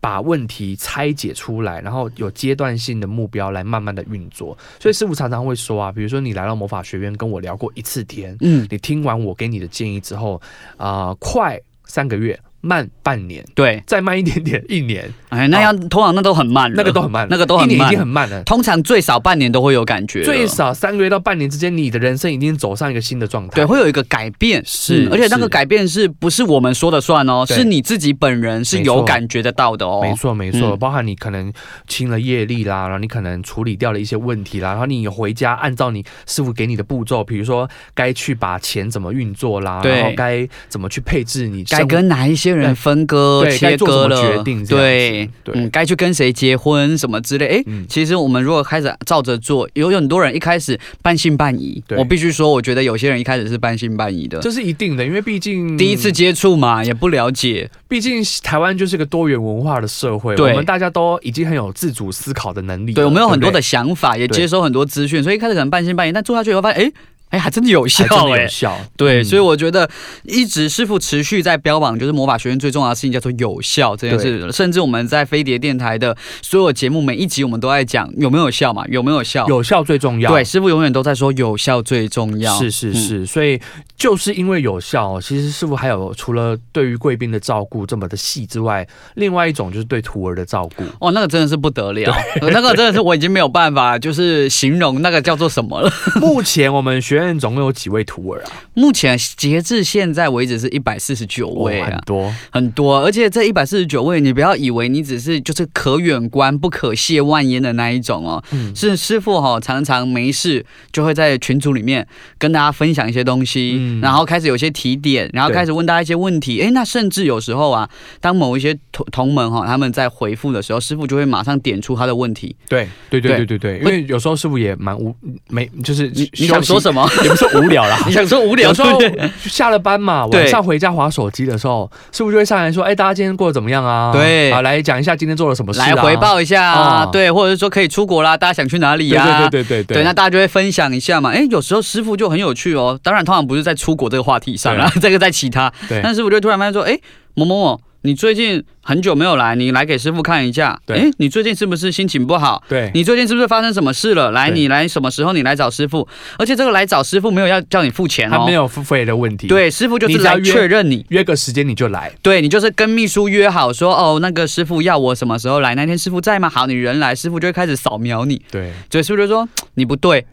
A: 把问题拆解出来，然后有阶段性的目标来慢慢的运作。所以师傅常常会说啊，比如说你来到魔法学院跟我聊过一次天，
B: 嗯，
A: 你听完我给你的建议之后，啊、快三个月，慢半年，
B: 对，
A: 再慢一点点，一年。
B: 哎，那样通常那都很慢了，
A: 那个都很慢，
B: 嗯那个都很
A: 一年已
B: 慢
A: 经，很慢了。
B: 通常最少半年都会有感觉了，
A: 最少三个月到半年之间，你的人生已经走上一个新的状态。
B: 对，会有一个改变，
A: 是
B: 嗯而且那
A: 是
B: 个改变是不是我们说的算哦？
A: 对
B: 是你自己本人是
A: 没
B: 有
A: 错
B: 感觉得到的哦。
A: 没错没错，
B: 嗯
A: 包含你可能清了业力啦，然后你可能处理掉了一些问题啦，然后你回家按照你师傅给你的步骤，比如说该去把钱怎么运作啦，
B: 对
A: 然后该怎么去配置你
B: 该
A: 生活，
B: 跟哪一些人分割、
A: 对
B: 切
A: 该做
B: 割
A: 什么
B: 了，
A: 决定这
B: 对
A: 样，子对
B: 嗯，该去跟谁结婚什么之类。哎、
A: 嗯
B: 其实我们如果开始照着做，有有很多人一开始半信半疑。
A: 对
B: 我必须说，我觉得有些人一开始是半信半疑的，
A: 这是嗯一定的，因为毕竟
B: 第一次接触嘛，也不了解。
A: 毕竟台湾就是个多元文化的社会，
B: 对
A: 我们大家都已经很有自主思考的能力了。
B: 对，我们有很
A: 不
B: 多
A: 对
B: 的想法，也
A: 对
B: 接收很多资讯，所以一开始可能半信半疑，但做下去以后发现，哎、哎，还真的有效
A: 还真
B: 哎、
A: 的有效，
B: 对，
A: 嗯
B: 所以我觉得一直师傅持续在标榜，就是魔法学院最重要的事情叫做有效这件事。甚至我们在飞碟电台的所有节目，每一集我们都在讲有没有效嘛，有没有效？
A: 有效最重要。
B: 对，师傅永远都在说有效最重要。嗯
A: 是是是，所以就是因为有效哦，其实师傅还有除了对于贵宾的照顾这么的细之外，另外一种就是对徒儿的照 顾。
B: 哦，那个真的是不 得 了，那个真的是我已经没有办法，就是形容那个叫做什么了。
A: 目前我们学学院总共有几位徒 儿啊？
B: 目前截至现在为止是一百四十九位
A: 哇很
B: 啊，
A: 多。
B: 很多。而且这一百四十九位，你不要以为你只是就是可远观不可亵玩焉的那一种哦。
A: 嗯
B: 是师傅哈、常常没事就会在群组里面跟大家分享一些东西，
A: 嗯
B: 然后开始有些提点，然后开始问大家一些问题。诶，那甚至有时候啊，当某一些同同门哈、他们在回复的时候，师傅就会马上点出他的问题。
A: 对对对对对对，因
B: 会
A: 为有时候师傅也蛮无没，就是
B: 你你想说
A: 么？
B: 什 么？，
A: 也不是无聊啦
B: 你想说无聊
A: 有时候
B: 对不对
A: 下了班嘛，
B: 对
A: 晚上回家划手机的时候，师傅就会上来说：“哎，大家今天过得怎么样啊？”
B: 对
A: 啊，来讲一下今天做了什么事、啊，
B: 来回。报一下啊，
A: 哦
B: 对，或者是说可以出国啦，大家想去哪里
A: 对
B: 呀、
A: 对对对对
B: 对，那大家就会分享一下嘛。哎，有时候师傅就很有趣哦。当然，通常不是在出国这个话题上啦，这个 在其他。
A: 对
B: 但师傅就突然发现说，哎，某某某，你最近很久没有来，你来给师傅看一下。
A: 对
B: 哎，你最近是不是心情不好？
A: 对
B: 你最近是不是发生什么事了？来，
A: 对
B: 你来什么时候？你来找师傅。而且这个来找师傅没有要叫你付钱
A: 他
B: 哦
A: 没，有付费的问题，，
B: 对，师傅就
A: 你
B: 是
A: 只要
B: 来
A: 约
B: 确认你。
A: 约个时间你就来，
B: 对你就是跟秘书约好说，哦，那个师傅要我什么时候来？那天师傅在吗？好，你人来，师傅就会开始扫描你。
A: 对，
B: 对，师傅就说你不对，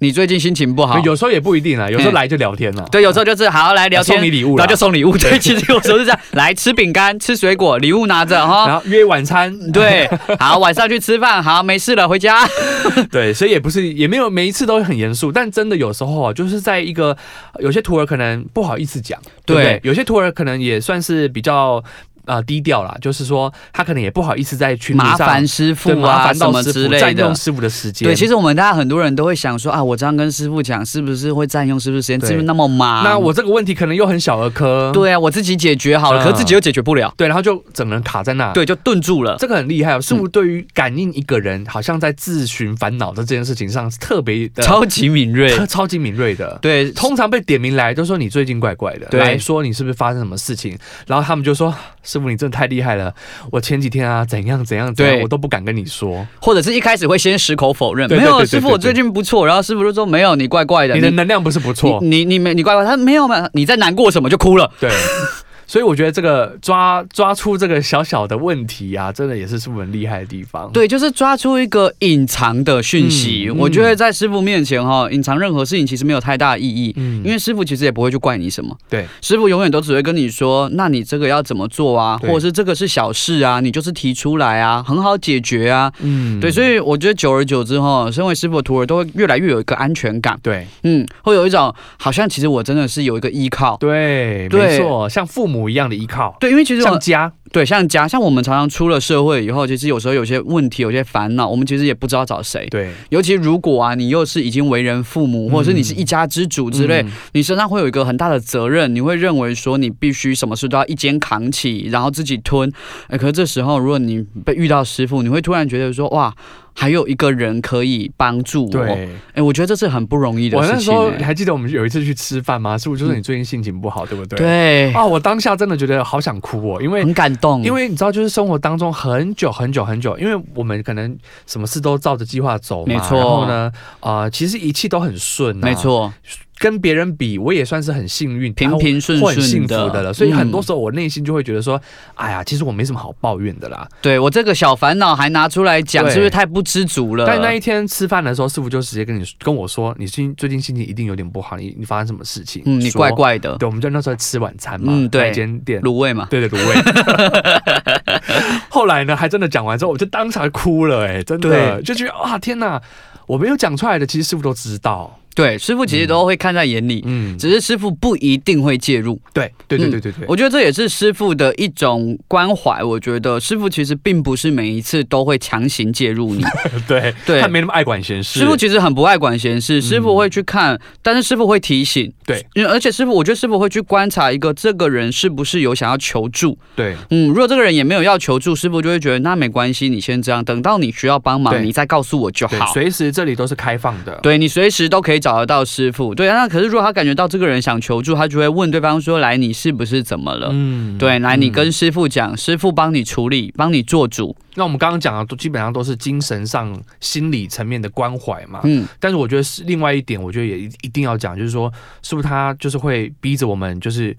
B: 你最近心情不好。
A: 有时候也不一定啊，有时候
B: 嗯
A: 来就聊天了，
B: 对，有时候就是好来聊天，
A: 送你礼物啦
B: 然后就送礼物。对，其实有时候是这样，来吃饼干、吃水果，礼物拿着哈。
A: 然后约晚 餐，
B: 对，好，晚上去吃饭，好，没事了，回家。
A: 对，所以也不是也没有每一次都很严肃，但真的有时候啊，就是在一个有些徒儿可能不好意思讲，对不
B: 对
A: 对？有些徒儿可能也算是比较呃低调啦，就是说他可能也不好意思在群里
B: 麻
A: 上
B: 烦师傅
A: 对麻
B: 啊，
A: 烦
B: 什
A: 到
B: 么
A: 师
B: 之
A: 傅，
B: 类
A: 占
B: 的
A: 用。师傅的时间。
B: 对，其实我们大家很多人都会想说啊，我这样跟师傅讲，是不是会占用师傅时间？
A: 对
B: 是不是那么忙？
A: 那我这个问题可能又很小儿科，
B: 啊对啊，我自己解决好
A: 嗯
B: 了，可是自己又解决不了，
A: 对，然后就整个人卡在那。，
B: 对，就顿住了。
A: 这个很厉
B: 嗯
A: 害哦，师傅对于感应一个人好像在自寻烦恼的这件事情上是特别的
B: 超级 敏锐，
A: 超超级敏锐的。
B: 对，
A: 通常被点名来就说你最近怪怪的，
B: 对
A: 来说你是不是发生什么事情，然后他们就说师傅你真的太厉害了，我前几天啊怎样怎样怎样，
B: 对
A: 我都不敢跟你说，
B: 或者是一开始会先矢口否认，
A: 对
B: 没
A: 对
B: 有啊
A: 对对
B: 师傅，
A: 对
B: 我最近不错，然后师傅就说没有，啊你怪怪的，
A: 你的能量不是不错，
B: 你你你没你怪怪，他说没有嘛，你在难过什么就哭了，
A: 对。 所以我觉得这个抓抓出这个小小的问题啊，真的也是师傅很厉害的地方。
B: 对，就是抓出一个隐藏的讯息。
A: 嗯嗯
B: 我觉得在师傅面前哈、隐藏任何事情其实没有太大意义。
A: 嗯，
B: 因为师傅其实也不会去怪你什么，
A: 对，
B: 师傅永远都只会跟你说，那你这个要怎么做啊，或
A: 对
B: 者是这个是小事啊，你就是提出来啊，很好解决啊，
A: 嗯
B: 对，所以我觉得久而久之哈，身为师傅的徒儿都会越来越有一个安全感，
A: 对
B: 嗯，会有一种好像其实我真的是有一个依靠。
A: 对，
B: 对
A: 没错，像父母一样的依靠，
B: 对，因为其实我
A: 像家，
B: 对像家，像我们常常出了社会以后，其实有时候有些问题、有些烦恼，我们其实也不知道找谁。
A: 对，
B: 尤其如果啊，你又是已经为人父母，或者是你是一家之主之类，
A: 嗯
B: 你身上会有一个很大的责任，你会认为说你必须什么事都要一肩扛起，然后自己吞。哎，可是这时候如果你被遇到师傅，你会突然觉得说哇，还有一个人可以帮助我。
A: 对。
B: 哎，我觉得这是很不容易的
A: 我那
B: 事
A: 时
B: 情、
A: 候
B: 哎
A: 你还记得我们有一次去吃饭吗？师傅就说你最近心情不好，对不对？
B: 嗯对，嗯
A: 啊，我当下真的觉得好想哭哦，因为
B: 很感动，
A: 因为你知道，就是生活当中很久很久很久，因为我们可能什么事都照着计划走嘛，
B: 没错
A: 然后呢，啊，其实一切都很顺、啊，
B: 没，错，
A: 跟别人比，我也算是很幸运，
B: 平平顺
A: 然后或很
B: 顺
A: 幸福
B: 的
A: 的了。所以很多
B: 嗯
A: 时候我内心就会觉得说，哎呀，其实我没什么好抱怨的啦。
B: 对我这个小烦恼还拿出来讲，
A: 对
B: 是不是太不知足了？
A: 但那一天吃饭的时候，师傅就直接跟你跟我说，你最近最近心情一定有点不好，你你发生什么事情？
B: 嗯，你
A: 说
B: 怪。怪的，
A: 对，我们就那时候吃晚餐嘛，
B: 嗯对
A: 那间店
B: 卤味嘛。
A: 对对，卤味。 后来呢，还真的讲完之后，我就当场哭了、哎，真的
B: 对
A: 就觉得哇，天哪！我没有讲出来的，其实师傅都知道。
B: 对，师傅其实都会看在眼里，
A: 嗯，
B: 只是师傅不一定会介入。
A: 对对对对对对，
B: 我觉得这也是师傅的一种关怀。我觉得师傅其实并不是每一次都会强行介入 你，
A: 对
B: 对
A: 他没那么爱管闲事。
B: 师傅其实很不爱管闲事，师傅会去看，但是师傅会提醒。
A: 对
B: 因为，而且师傅，我觉得师傅会去观察一个这个人是不是有想要求助。
A: 对
B: 嗯，如果这个人也没有要求助，师傅就会觉得那没关系，你先这样，等到你需要帮忙，
A: 对
B: 你再告诉我就
A: 对，
B: 好。
A: 随时这里都是开放的。
B: 对你随时都可以找得到师傅。对，那可是如果他感觉到这个人想求助，他就会问对方说：“来，你是不是怎么了？”
A: 嗯
B: 对，来你跟师傅讲，师傅帮你处理，帮你做主。
A: 那我们刚刚讲的都基本上都是精神上、心理层面的关怀嘛。
B: 嗯，
A: 但是我觉得是另外一点，我觉得也一一定要讲，就是说，是不是他就是会逼着我们，就是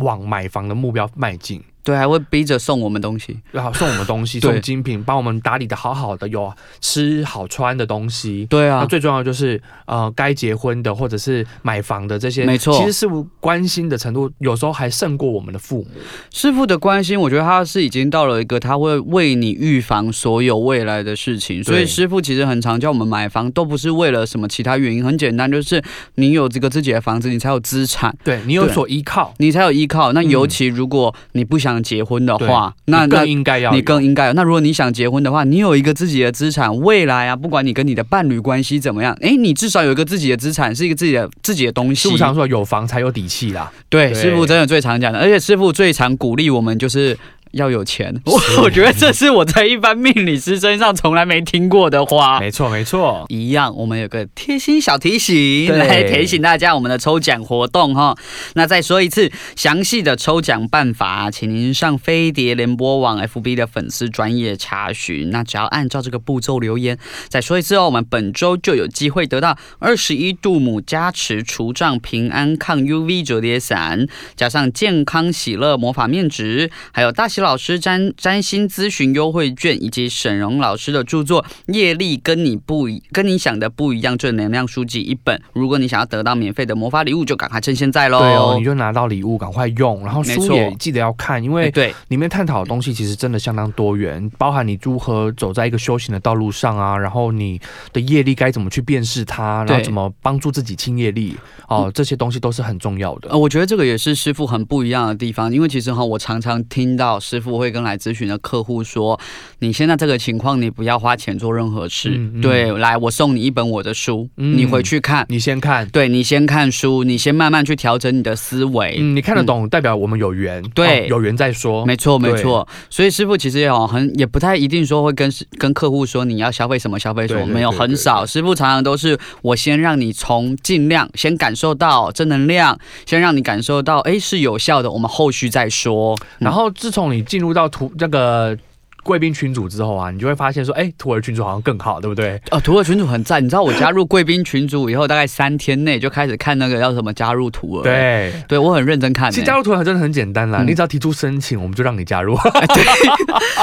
A: 往买房的目标迈进？
B: 对，还会逼着送我们东西。
A: 然后送我们东西，
B: 对
A: 送精品，帮我们打理的好好的，有吃好穿的东西。
B: 对
A: 那
B: 啊，
A: 最重要的就是，呃，该结婚的或者是买房的这些，
B: 没错
A: 其实是关心的程度，有时候还胜过我们的父母。
B: 师傅的关心，我觉得他是已经到了一个他会为你预防所有未来的事情，所以师傅其实很常叫我们买房，都不是为了什么其他原因，很简单，就是你有这个自己的房子，你才有资产。
A: 对你有
B: 对
A: 所依靠，
B: 你才有依靠。那
A: 嗯
B: 尤其如果你不想结婚的话，那
A: 你
B: 那
A: 更应该要
B: 你
A: 有
B: 更应该有。那如果你想结婚的话，你有一个自己的资产，未来啊，不管你跟你的伴侣关系怎么样，诶，你至少有一个自己的资产，是一个自己的自己的东西
A: 师。傅常说有房才有底气啦，
B: 对，
A: 对
B: 师傅真的最常讲的，而且师傅最常鼓励我们就是。要有钱，我 我觉得这是我在一般命理师身上从来没听过的话。
A: 没错没错。
B: 一样，我们有个贴心小提醒
A: 对
B: 来提醒大家我们的抽奖活动哈。那再说一次，详细的抽奖办法，请您上飞碟联播网 FB 的粉丝专业查询。那只要按照这个步骤留言，再说一次哦，我们本周就有机会得到二十一度母加持除障平安抗 UV 折叠伞，加上健康喜乐魔法面纸，还有大喜老师占占星咨询优惠券，以及沈荣老师的著作《业力跟你不一跟你想的不一样》正能量书籍一本。如果你想要得到免费的魔法礼物，就赶快趁现在喽！
A: 对哦，你就拿到礼物，赶快用，然后
B: 没
A: 书
B: 错
A: 也记得要看，因
B: 哎
A: 为
B: 对
A: 里面探讨的东西其实真的相当多元，包含你如何走在一个修行的道路上啊，然后你的业力该怎么去辨识它，然后
B: 对嗯
A: 怎么帮助自己清业力，哦，这些东西都是很重要的。
B: 呃，我觉得这个也是师傅很不一样的地方，因为其实哈，我常常听到师傅会跟来咨询的客户说，你现在这个情况，你不要花钱做任何事，
A: 嗯嗯
B: 对，来，我送你一本我的书，
A: 嗯
B: 你回去看，
A: 你先看，
B: 对你先看书，你先慢慢去调整你的思维。
A: 嗯，你看得懂，代表我们有缘，
B: 对
A: 哦有缘再说。
B: 没错，没
A: 对
B: 错。所以师傅其实也哦，很也不太一定说会跟跟客户说你要消费什么，消费什么，
A: 对对
B: 没有
A: 对
B: 很
A: 对
B: 少。师傅常常都是我先让你从尽量先感受到正能量，先让你感受到哎是有效的，我们后续再说。
A: 然后自从你进入到图那个贵宾群组之后啊，你就会发现说，哎，徒儿群组好像更好，对不对？
B: 哦，徒儿群主很赞，你知道我加入贵宾群组以后，大概三天内就开始看那个叫什么加入徒儿。，
A: 对。
B: 对我很认真看、
A: 其
B: 欸
A: 实。加入图还真的很简单啦，
B: 嗯
A: 你只要提出申请，我们就让你加入。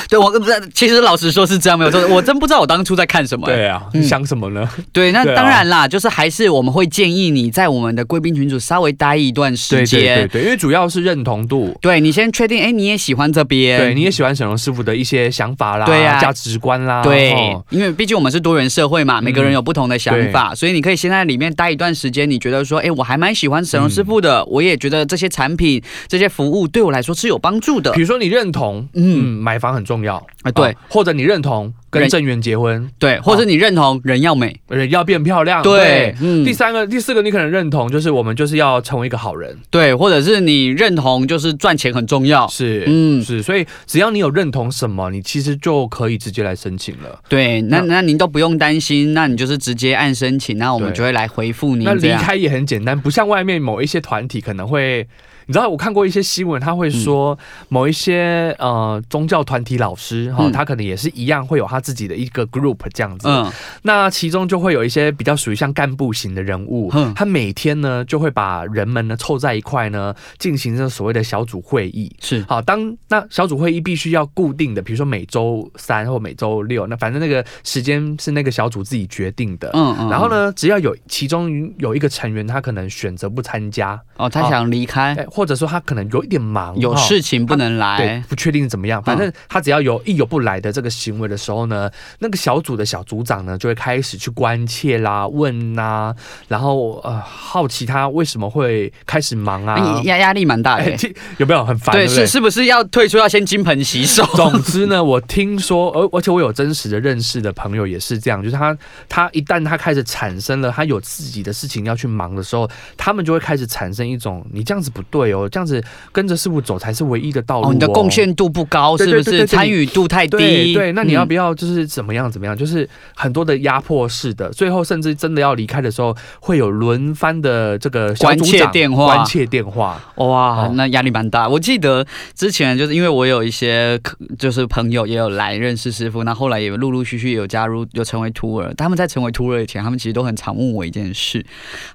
B: 对我其实老实说是这样，没有错。我真不知道我当初在看什么、 欸。
A: 啊
B: 嗯
A: 你想什么呢？
B: 对，那
A: 对啊
B: 当然啦，就是还是我们会建议你在我们的贵宾群组稍微待一段时
A: 对
B: 间。
A: 对对对，因为主要是认同度，
B: 对你先确定，哎，你也喜欢这边，
A: 对，你也喜欢沈荣师傅的一些想法啦，
B: 对啊
A: 价值观啦，
B: 对
A: 哦
B: 因为毕竟我们是多元社会
A: 嗯
B: 嘛，每个人有不同的想法，所以你可以先在里面待一段时间。你觉得说，哎，我还蛮喜欢沈荣师
A: 嗯
B: 傅的，我也觉得这些产品、这些服务对我来说是有帮助的
A: 比。如说你认同，嗯，
B: 嗯，
A: 买房很重要
B: 啊对
A: 哦或者你认同跟
B: 人
A: 郑源结婚，
B: 对，或者你认同人要美，
A: 人要变漂亮，
B: 对，嗯
A: 第，三个、第四个，你可能认同，就是我们就是要成为一个好人，
B: 对，或者是你认同就是赚钱很重要。
A: 是，
B: 嗯
A: 是，所以只要你有认同什么，你其实就可以直接来申请了。
B: 对，那
A: 那
B: 那您都不用担心，那你就是直接按申请，那我们
A: 对
B: 就会来回复您
A: 那
B: 这
A: 离
B: 样。
A: 开也很简单，不像外面某一些团体可能会，你知道我看过一些新闻，他
B: 嗯
A: 会说某一些呃宗教团体老师哈，
B: 嗯
A: 他可能也是一样会有他自己的一个 group 这样子。
B: 嗯，
A: 那其中就会有一些比较属于像干部型的人物
B: 嗯，
A: 他每天呢就会把人们呢凑在一块呢，进行这所谓的小组会议。
B: 是，
A: 好，当那小组会议必须要固定的，比如说每周三或每周六，那反正那个时间是那个小组自己决定的。
B: 嗯嗯。
A: 呃然后？呢，只要有其中有一个成员他可能选择不参加，
B: 哦，他想离开，
A: 哎，或者说他可能有一点忙，
B: 有
A: 哈
B: 事情不能
A: 对
B: 来，，嗯
A: 不确定怎么样，反正他只要有一有不来的这个行为的时候呢，那个小组的小组长呢就会开始去关切啦、问呐、然后呃好奇他为什么会开始忙啊
B: 哎，压压力蛮大的
A: 哎，
B: 欸。
A: 听 有没有很烦？
B: 对，
A: 对，
B: 是。是不是要退出要先金盆洗 手？
A: 总之呢，我听说，而而且我有真实的认识的朋友也是这样，就是他他一旦他开始产生了他有自己的事情要去忙的时候，他们就会开始产生一种你这样子不对哦，这样子跟着师傅走才是唯一的道路、哦
B: 哦，你的贡献度不高，
A: 对
B: 是
A: 对
B: 不
A: 对对
B: 是
A: 对
B: 参与度太
A: 对
B: 低？
A: 对，那你要
B: 嗯
A: 不要就是怎么样怎么样？就是很多的压迫式的，最后甚至真的要离开的时候，会有轮番的这个小组
B: 关切
A: 长
B: 电话
A: 关切电话，
B: 哇
A: 哦，
B: 那压力蛮大。我记得之前就是因为我有一些客就是朋友也有来认识师傅，那后来也陆陆续续有加入，有成为徒儿。他们在成为徒儿以前，他们其实都很常问我一件事，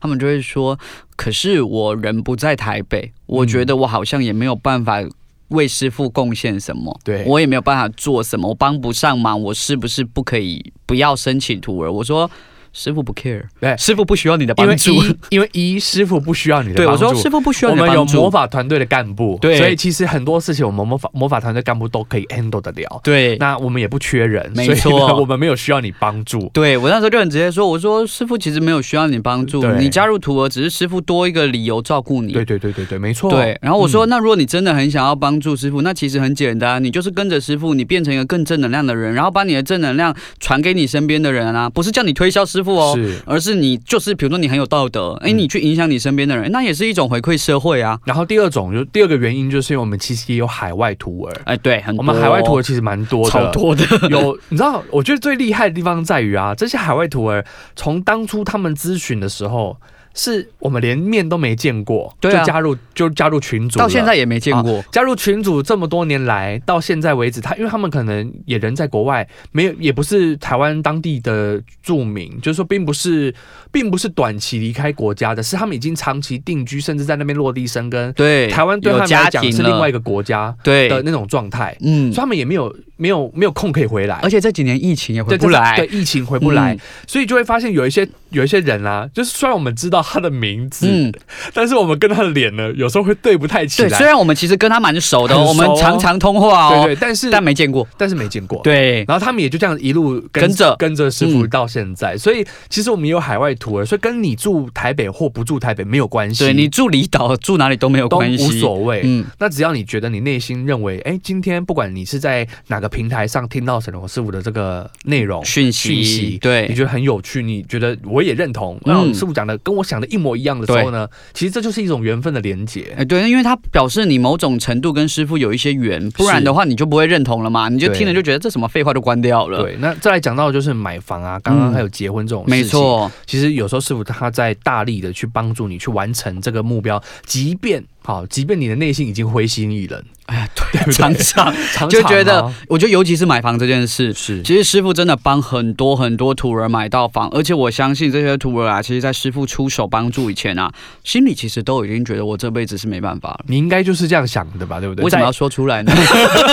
B: 他们就嗯会说：“可是我人不在台北，我觉得我好像也没有办法。”为师傅贡献什么，
A: 对
B: 我也没有办法做什么，我帮不上忙，我是不是不可以不要生起徒儿？我说师傅不 care，
A: 对
B: 师傅不需要你的
A: 因为
B: 帮助。
A: 一，因为一师傅不需要你的
B: 对，我
A: 帮助
B: 说师傅不需要
A: 我
B: 你的
A: 们有
B: 帮助。
A: 魔法团队的干部，
B: 对
A: 所以其实很多事情我们魔法魔法团队干部都可以 handle 得了。
B: 对，
A: 那我们也不缺人，
B: 没
A: 所以呢
B: 错
A: 我们没有需要你帮助。
B: 对我那时候就很直接说，我说师傅其实没有需要你帮助，
A: 对
B: 你加入徒儿只是师傅多一个理由照顾你。
A: 对嗯对对对对，没错。
B: 对，然后我说，那如果你真的很想要帮助师傅，那其实很简单，你就是跟着师傅，你变成一个更正能量的人，然后把你的正能量传给你身边的人啊，不是叫你推销师傅哦，
A: 是。
B: 而是你就是比如说你很有道德，哎，
A: 嗯
B: 你去影响你身边的人，那也是一种回馈社会啊。
A: 然后第二种就第二个原因，就是因为我们其实也有海外徒儿，
B: 哎，对，很
A: 我
B: 多
A: 们海外徒儿其实蛮多的，
B: 超多的，
A: 有， 你知道，我觉得最厉害的地方在于啊，这些海外徒儿从当初他们咨询的时候，是我们连面都没见过，
B: 对啊
A: 就加入就加入群组了，
B: 到现在也没见过。
A: 加入群组这么多年来，到现在为止，他因为他们可能也人在国外，没有也不是台湾当地的住民，就是说并不是并不是短期离开国家的，是他们已经长期定居，甚至在那边落地生根。
B: 对，
A: 台湾对他
B: 有
A: 们
B: 家
A: 来讲
B: 庭
A: 是另
B: 了
A: 外一个国家
B: 对
A: 的那种状态，
B: 嗯
A: 所以，他们也没有没有没有空可以回来
B: 而。且这几年疫情也回
A: 对
B: 不
A: 这是
B: 来，
A: 对疫情回不来，
B: 嗯
A: 所以就会发现有一些有一些人啊，就是虽然我们知道他的名字，
B: 嗯，
A: 但是我们跟他的脸呢，有时候会对不太起
B: 对，
A: 来。
B: 虽然我们其实跟他蛮熟的哦，
A: 很熟
B: 我
A: 哦
B: 们常常通话哦，
A: 对对，但是
B: 但没见过。
A: 但是没见过。，
B: 对，
A: 然后他们也就这样一路
B: 跟着
A: 跟着师傅
B: 嗯
A: 到现在，所以其实我们也有海外徒儿，所以跟你住台北或不住台北没有关系，
B: 对你住离岛住哪里都没有
A: 都
B: 关系，
A: 无所谓。
B: 嗯，
A: 那只要你觉得你内心认为，哎，今天不管你是在哪个平台上听到沈龙师傅的这个内容
B: 讯息
A: 讯息，
B: 对
A: 你觉得很有趣，你觉得我也认
B: 嗯
A: 同，然后师傅讲的跟我想的一模一样的时候呢，其实这就是一种缘分的连结。
B: 哎，对，因为它表示你某种程度跟师傅有一些缘，不然的话你就不会认同了嘛，你就
A: 对
B: 听了就觉得这什么废话就关掉了。，
A: 对，那再来讲到就是买房啊，刚刚
B: 嗯
A: 还有结婚这种事情，
B: 没错，
A: 其实有时候师傅他在大力的去帮助你去完成这个目标，即便好，即便你的内心已经灰心一冷，
B: 哎呀，对，常常
A: 常常
B: 就觉得
A: 啊，
B: 我觉得尤其是买房这件事。
A: 是
B: 其实师傅真的帮很多很多徒儿买到房，而且我相信这些徒儿啊，其实在师傅出手帮助以前啊，心里其实都已经觉得我这辈子是没办法了。
A: 你应该就是这样想的吧，对不对？
B: 为什么要说出来呢？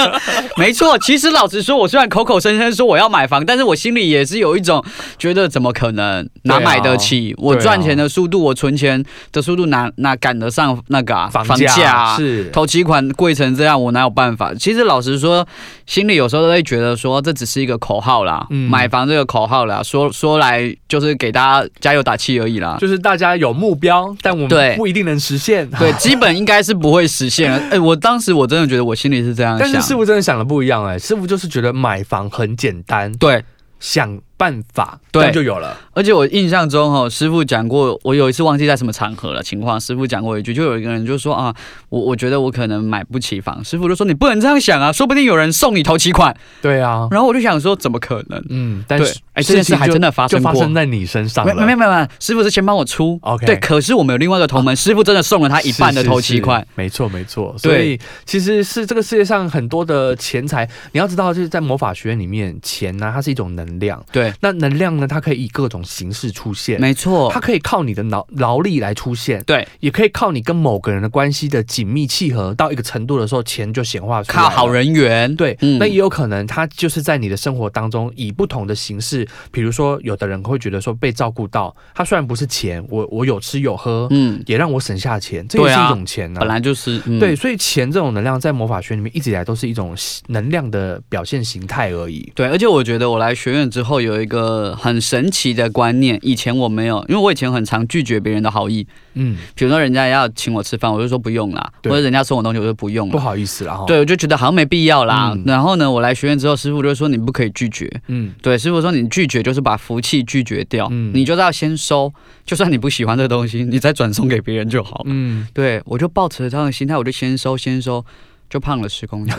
B: 没错，其实老实说，我虽然口口声声说我要买房，但是我心里也是有一种觉得怎么可能
A: 啊
B: 哪买得起？我赚钱的速度，我存钱的速度哪哪赶得上那个、啊、
A: 在房
B: 价啊
A: 是
B: 头期款贵成这样，我哪有办法？其实老实说，心里有时候都会觉得说，这只是一个口号啦，
A: 嗯
B: 买房这个口号啦，说说来就是给大家加油打气而已啦。
A: 就是大家有目标，但我
B: 对
A: 们不一定能实现。
B: 对，基本应该是不会实现的。哎、我当时我真的觉得我心里是这样 想，
A: 但是师傅真的想的不一样哎、师傅就是觉得买房很简单，
B: 对，
A: 想办法，
B: 对
A: 这样就有了。
B: 而且我印象中哈、师傅讲过，我有一次忘记在什么场合了情况，师傅讲过一句，就有一个人就说啊，我我觉得我可能买不起房，师傅就说你不能这样想啊，说不定有人送你头期款，
A: 对啊，
B: 然后我就想说怎么可能？
A: 嗯，但
B: 对
A: 是，
B: 哎，这件事
A: 情
B: 还
A: 就
B: 真的发
A: 就
B: 生
A: 发
B: 过。
A: 生在你身上
B: 没
A: 了，
B: 没没没没，师傅是先帮我出
A: OK
B: 对，可是我们有另外一个同门，师傅真的送了他啊一半的头期款
A: 是，是是没错没错。
B: 对
A: 所以其实是这个世界上很多的钱财，你要知道，就是在魔法学院里面，钱呢、它是一种能量。
B: 对，
A: 那能量呢，它可以以各种形式出现，
B: 没错
A: 它，可以靠你的劳劳力来出现，
B: 对，
A: 也可以靠你跟某个人的关系的紧密契合到一个程度的时候，钱就显化出来
B: 靠
A: 了
B: 好。人缘，
A: 对，
B: 嗯
A: 那也有可能它就是在你的生活当中以不同的形式，比如说有的人会觉得说被照顾到，他虽然不是钱，我我有吃有喝，
B: 嗯，
A: 也让我省下钱，这也
B: 对
A: 是
B: 啊
A: 一种钱呢、
B: 本来就是，嗯
A: 对，所以钱这种能量在魔法学里面一直以来都是一种能量的表现形态而已。
B: 对，而且我觉得我来学院之后有一个很神奇的观念，以前我没有，因为我以前很常拒绝别人的好意，
A: 嗯，
B: 比如说人家要请我吃饭，我就说不用啦，
A: 对
B: 或者人家送我东西，我就不用
A: 不
B: 了。
A: 好意思啦哈。，
B: 对，我就觉得好像没必要啦。
A: 嗯
B: 然后呢，我来学院之后，师傅就说你不可以拒绝。
A: 嗯，
B: 对，师傅说你拒绝就是把福气拒绝掉，
A: 嗯
B: 你就是要先收，就算你不喜欢这个东西，你再转送给别人就好。
A: 嗯，
B: 对，我就抱持着这样的心态，我就先收，先收，就胖了十公斤。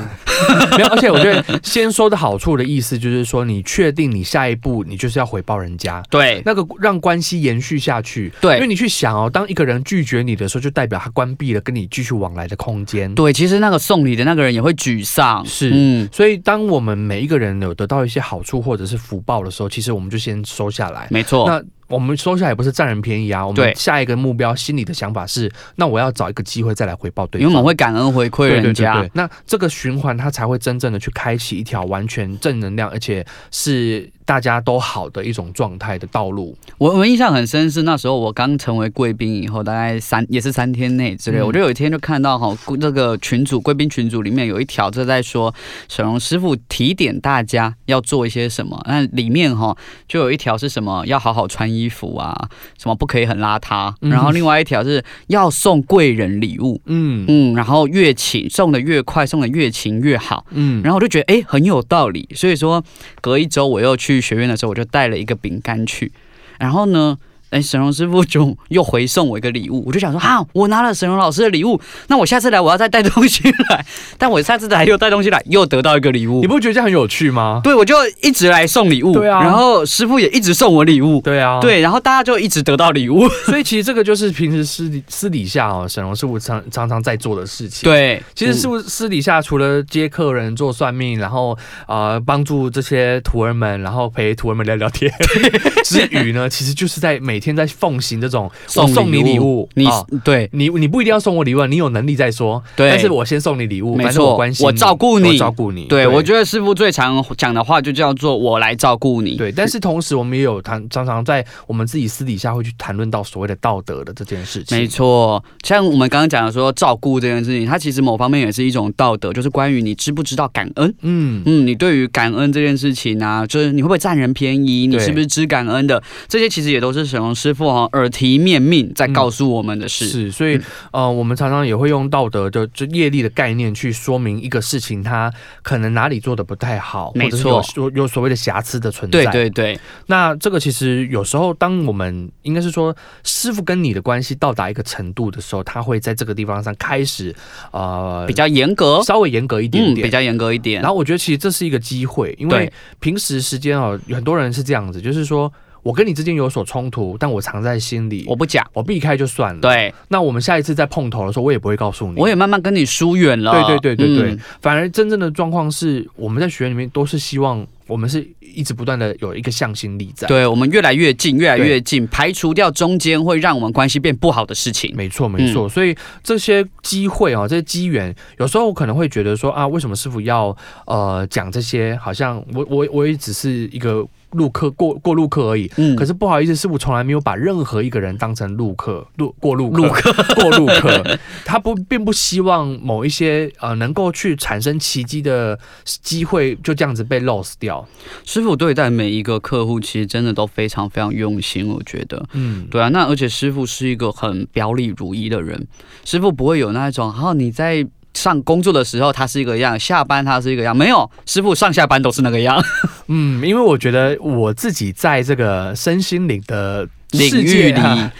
A: 没有。而且我觉得先说的好处的意思就是说，你确定你下一步你就是要回报人家，
B: 对
A: 那个让关系延续下去。因为
B: 对
A: 你去想哦，当一个人拒绝你的时候，就代表他关闭了跟你继续往来的空间。
B: 对，其实那个送礼的那个人也会沮丧。
A: 是
B: 嗯，
A: 所以，当我们每一个人有得到一些好处或者是福报的时候，其实我们就先收下来。
B: 没错，
A: 那我们收下来也不是占人便宜啊。我
B: 哦对
A: 们下一个目标，心里的想法是，那我要找一个机会再来回报对
B: 因为我
A: 方。
B: 们会感恩回馈
A: 对
B: 人
A: 对对
B: 家。
A: 对，那这个循环它才会真正的去开启一条完全正能量，而且是大家都好的一种状态的道路。
B: 我我印象很深是那时候我刚成为贵宾以后，大概三也是三天内之类，
A: 嗯
B: 我就有一天就看到哈，顾这个群主贵宾群组里面有一条就在说沈荣师傅提点大家要做一些什么，那里面哈就有一条是什么要好好穿衣服啊，什么不可以很邋遢，
A: 嗯
B: 然后另外一条是要送贵人礼物，
A: 嗯
B: 嗯，然后越勤送的越快，送的越勤越好。
A: 嗯，
B: 然后我就觉得哎很有道理，所以说隔一周我又去学院的时候，我就带了一个饼干去，然后呢。哎，沈荣师傅就又回送我一个礼物，我就
A: 嗯
B: 想说啊，我拿了沈荣老师的礼物，那我下次来我要再带东西来。 但我下次来又带东西来，又得到一个礼物
A: 你。不觉得这样很有趣吗？
B: 对，我就一直来送礼物，
A: 对啊
B: 然后师傅也一直送我礼物，
A: 对啊，
B: 对，然后大家就一直得到礼物，
A: 所以其实这个就是平时私底私底下哦，沈荣师傅常常常在做的事情。，
B: 对，
A: 其实
B: 嗯
A: 师傅私底下除了接客人做算命，然后呃帮助这些徒儿们，然后陪徒儿们聊聊天 之余呢，其实就是在每天在奉行这种我送你礼物，
B: 嗯你、
A: 啊
B: 对
A: 你你不一定要送我礼物，你有能力再说。
B: 对，
A: 但是我先送你礼物，
B: 没错
A: 反正我关心你，
B: 我照顾你
A: 我照顾你。
B: 对我觉得师傅最常讲的话就叫做我来照顾你，
A: 对，但是同时我们也有谈，常常在我们自己私底下会去谈论到所谓的道德的这件事情。
B: 没错，像我们刚刚讲的说照顾这件事情，它其实某方面也是一种道德，就是关于你知不知道感恩。
A: 嗯，
B: 嗯，你对于感恩这件事情啊，就是你会不会占人便宜，你
A: 对
B: 是不是知感恩的，这些其实也都是沈龙师傅哦耳提面命在告诉我们的
A: 嗯
B: 事。
A: 是，所以、呃，我们常常也会用道德的就业力的概念去说明一个事情，它可能哪里做的不太好，
B: 没
A: 或者是
B: 错
A: 有有有所谓的瑕疵的存在。
B: 对对对，
A: 那这个其实有时候，当我们应该是说师傅跟你的关系到达一个程度的时候，他会在这个地方上开始呃
B: 比较严格，
A: 稍微严格一点
B: 嗯，
A: 点。
B: 比较严格一点
A: 然。后我觉得其实这是一个机会，因为
B: 对
A: 平时时间哦，有很多人是这样子，就是说我跟你之间有所冲突，但我藏在心里，
B: 我不讲，
A: 我避开就算了。
B: 对
A: 那我们下一次再碰头的时候，我也不会告诉你。
B: 我也慢慢跟你疏远
A: 嗯
B: 了。
A: 对对对对对
B: 嗯
A: 反而真正的状况是，我们在学院里面都是希望我们是一直不断的有一个向心力在。，
B: 对我们越来越近，越来
A: 对
B: 越近，排除掉中间会让我们关系变不好的事情。
A: 没错没错。
B: 嗯
A: 所以这些机会啊、这些机缘，有时候我可能会觉得说啊，为什么师傅要呃讲这些？好像我我我也只是一个路客过过路客而已。
B: 嗯
A: 可是不好意思，师傅从来没有把任何一个人当成路客、路过路客、 过路客。他不并不希望某一些呃能够去产生奇迹的机会就这样子被 lost 掉。
B: 师傅对待每一个客户，其实真的都非常非常用心，我觉得。
A: 嗯，
B: 对啊，那而且师傅是一个很表里如一的人，师傅不会有那种，然、后你在上工作的时候他是一个样，下班他是一个样，没有，师傅上下班都是那个样。
A: 嗯，因为我觉得我自己在这个身心灵的
B: 领
A: 世
B: 域
A: 界
B: 里
A: 啊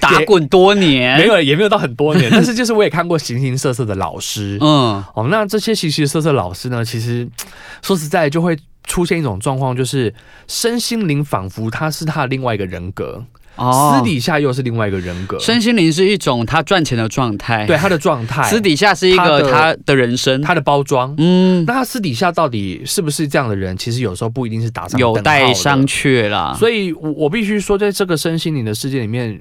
B: 打滚多 年，
A: 没有也没有到很多 年，但是就是我也看过形形色色的老师。
B: 嗯，
A: 哦，那这些形形色色老师呢，其实说实在就会出现一种状况，就是身心灵仿佛他是他的另外一个人格，
B: 哦
A: 私底下又是另外一个人格，
B: 身心灵是一种他赚钱的状态，
A: 对，他的状态，
B: 哎私底下是一个
A: 他
B: 他的人生，
A: 他的包装。
B: 嗯，
A: 那他私底下到底是不是这样的人？其实有时候不一定是打上
B: 有
A: 等号
B: 待
A: 的
B: 商榷啦。
A: 所以我我必须说，在这个身心灵的世界里面，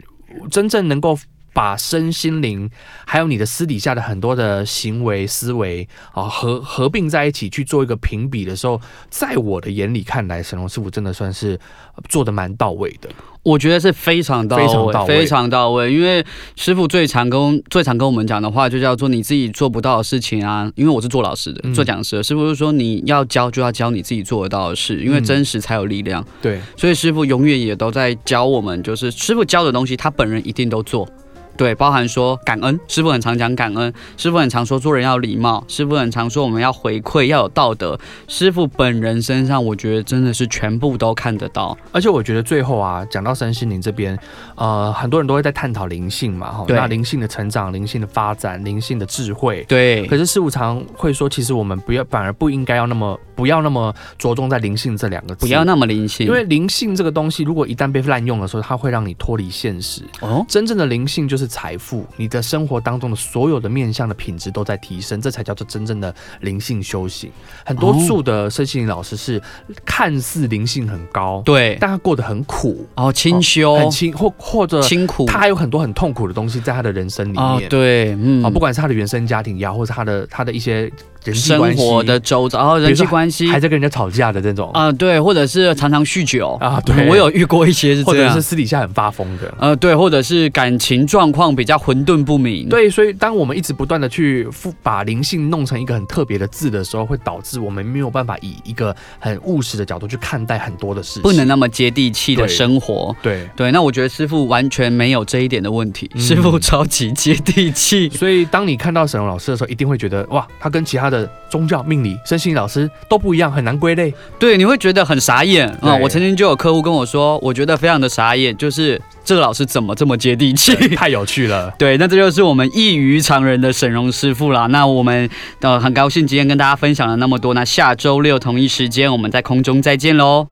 A: 真正能够把身心灵还有你的私底下的很多的行为、思维啊合合并在一起去做一个评比的时候，在我的眼里看来，神龙师傅真的算是呃做的蛮到位的。
B: 我觉得是非常到位，
A: 非常到位
B: 非常到位因为师傅最常跟最常跟我们讲的话，就叫做你自己做不到的事情啊。因为我是做老师的，
A: 嗯
B: 做讲师的，师傅就说你要教就要教你自己做得到的事，因为
A: 嗯
B: 真实才有力量。
A: 对，
B: 所以师傅永远也都在教我们，就是师傅教的东西，他本人一定都做。对，包含说感恩，师傅很常讲感恩，师傅很常说做人要礼貌，师傅很常说我们要回馈，要有道德。师傅本人身上，我觉得真的是全部都看得到。
A: 而且我觉得最后啊，讲到身心灵这边，呃，很多人都会在探讨灵性嘛，哈，
B: 对
A: 那灵性的成长、灵性的发展、灵性的智慧，
B: 对，
A: 可是师傅常会说，其实我们不要，反而不应该要那么不要那么着重在灵性这两个字，
B: 不要那么灵性，
A: 因为灵性这个东西，如果一旦被滥用的时候，它会让你脱离现实。
B: 哦，
A: 真正的灵性就是是财富，你的生活当中的所有的面向的品质都在提升，这才叫做真正的灵性修行。很多
B: 哦
A: 数的身心灵老师是看似灵性很高，，
B: 对，
A: 但他过得很苦，
B: 哦，清修，
A: 很清或或者
B: 清苦，
A: 他还有很多很痛苦的东西在他的人生里面。
B: 哦，对，嗯，
A: 啊，不管是他的原生家庭呀，或者他的他的一些人际
B: 生
A: 关系
B: 活的周遭，哦，人
A: 比如
B: 际
A: 说
B: 关系
A: 还在跟人家吵架的这种
B: 啊、对，或者是常常酗酒哦
A: 啊对
B: 我有遇过一些是
A: 或
B: 这
A: 者
B: 样
A: 是，私底下很发疯的。
B: 呃，对，或者是感情状况比较混沌不明，，
A: 对，所以当我们一直不断的去复把灵性弄成一个很特别的字的时候，会导致我们没有办法以一个很务实的角度去看待很多的事情。
B: 不能那么接地气的
A: 对
B: 生活。
A: 对，
B: 对，那我觉得师傅完全没有这一点的问题，
A: 嗯
B: 师傅超级接地气。
A: 所以当你看到沈龙老师的时候，一定会觉得哇，他跟其他的宗教、命理、身心灵老师都不一样，很难归类。
B: 对，你会觉得很傻眼啊、
A: 对
B: 我曾经就有客户跟我说，我觉得非常的傻眼，就是这个老师怎么这么接地气？
A: 太有趣了。
B: 对，那这就是我们异于常人的沈荣师傅啦。那我们呃很高兴今天跟大家分享了那么多，那下周六同一时间我们在空中再见喽。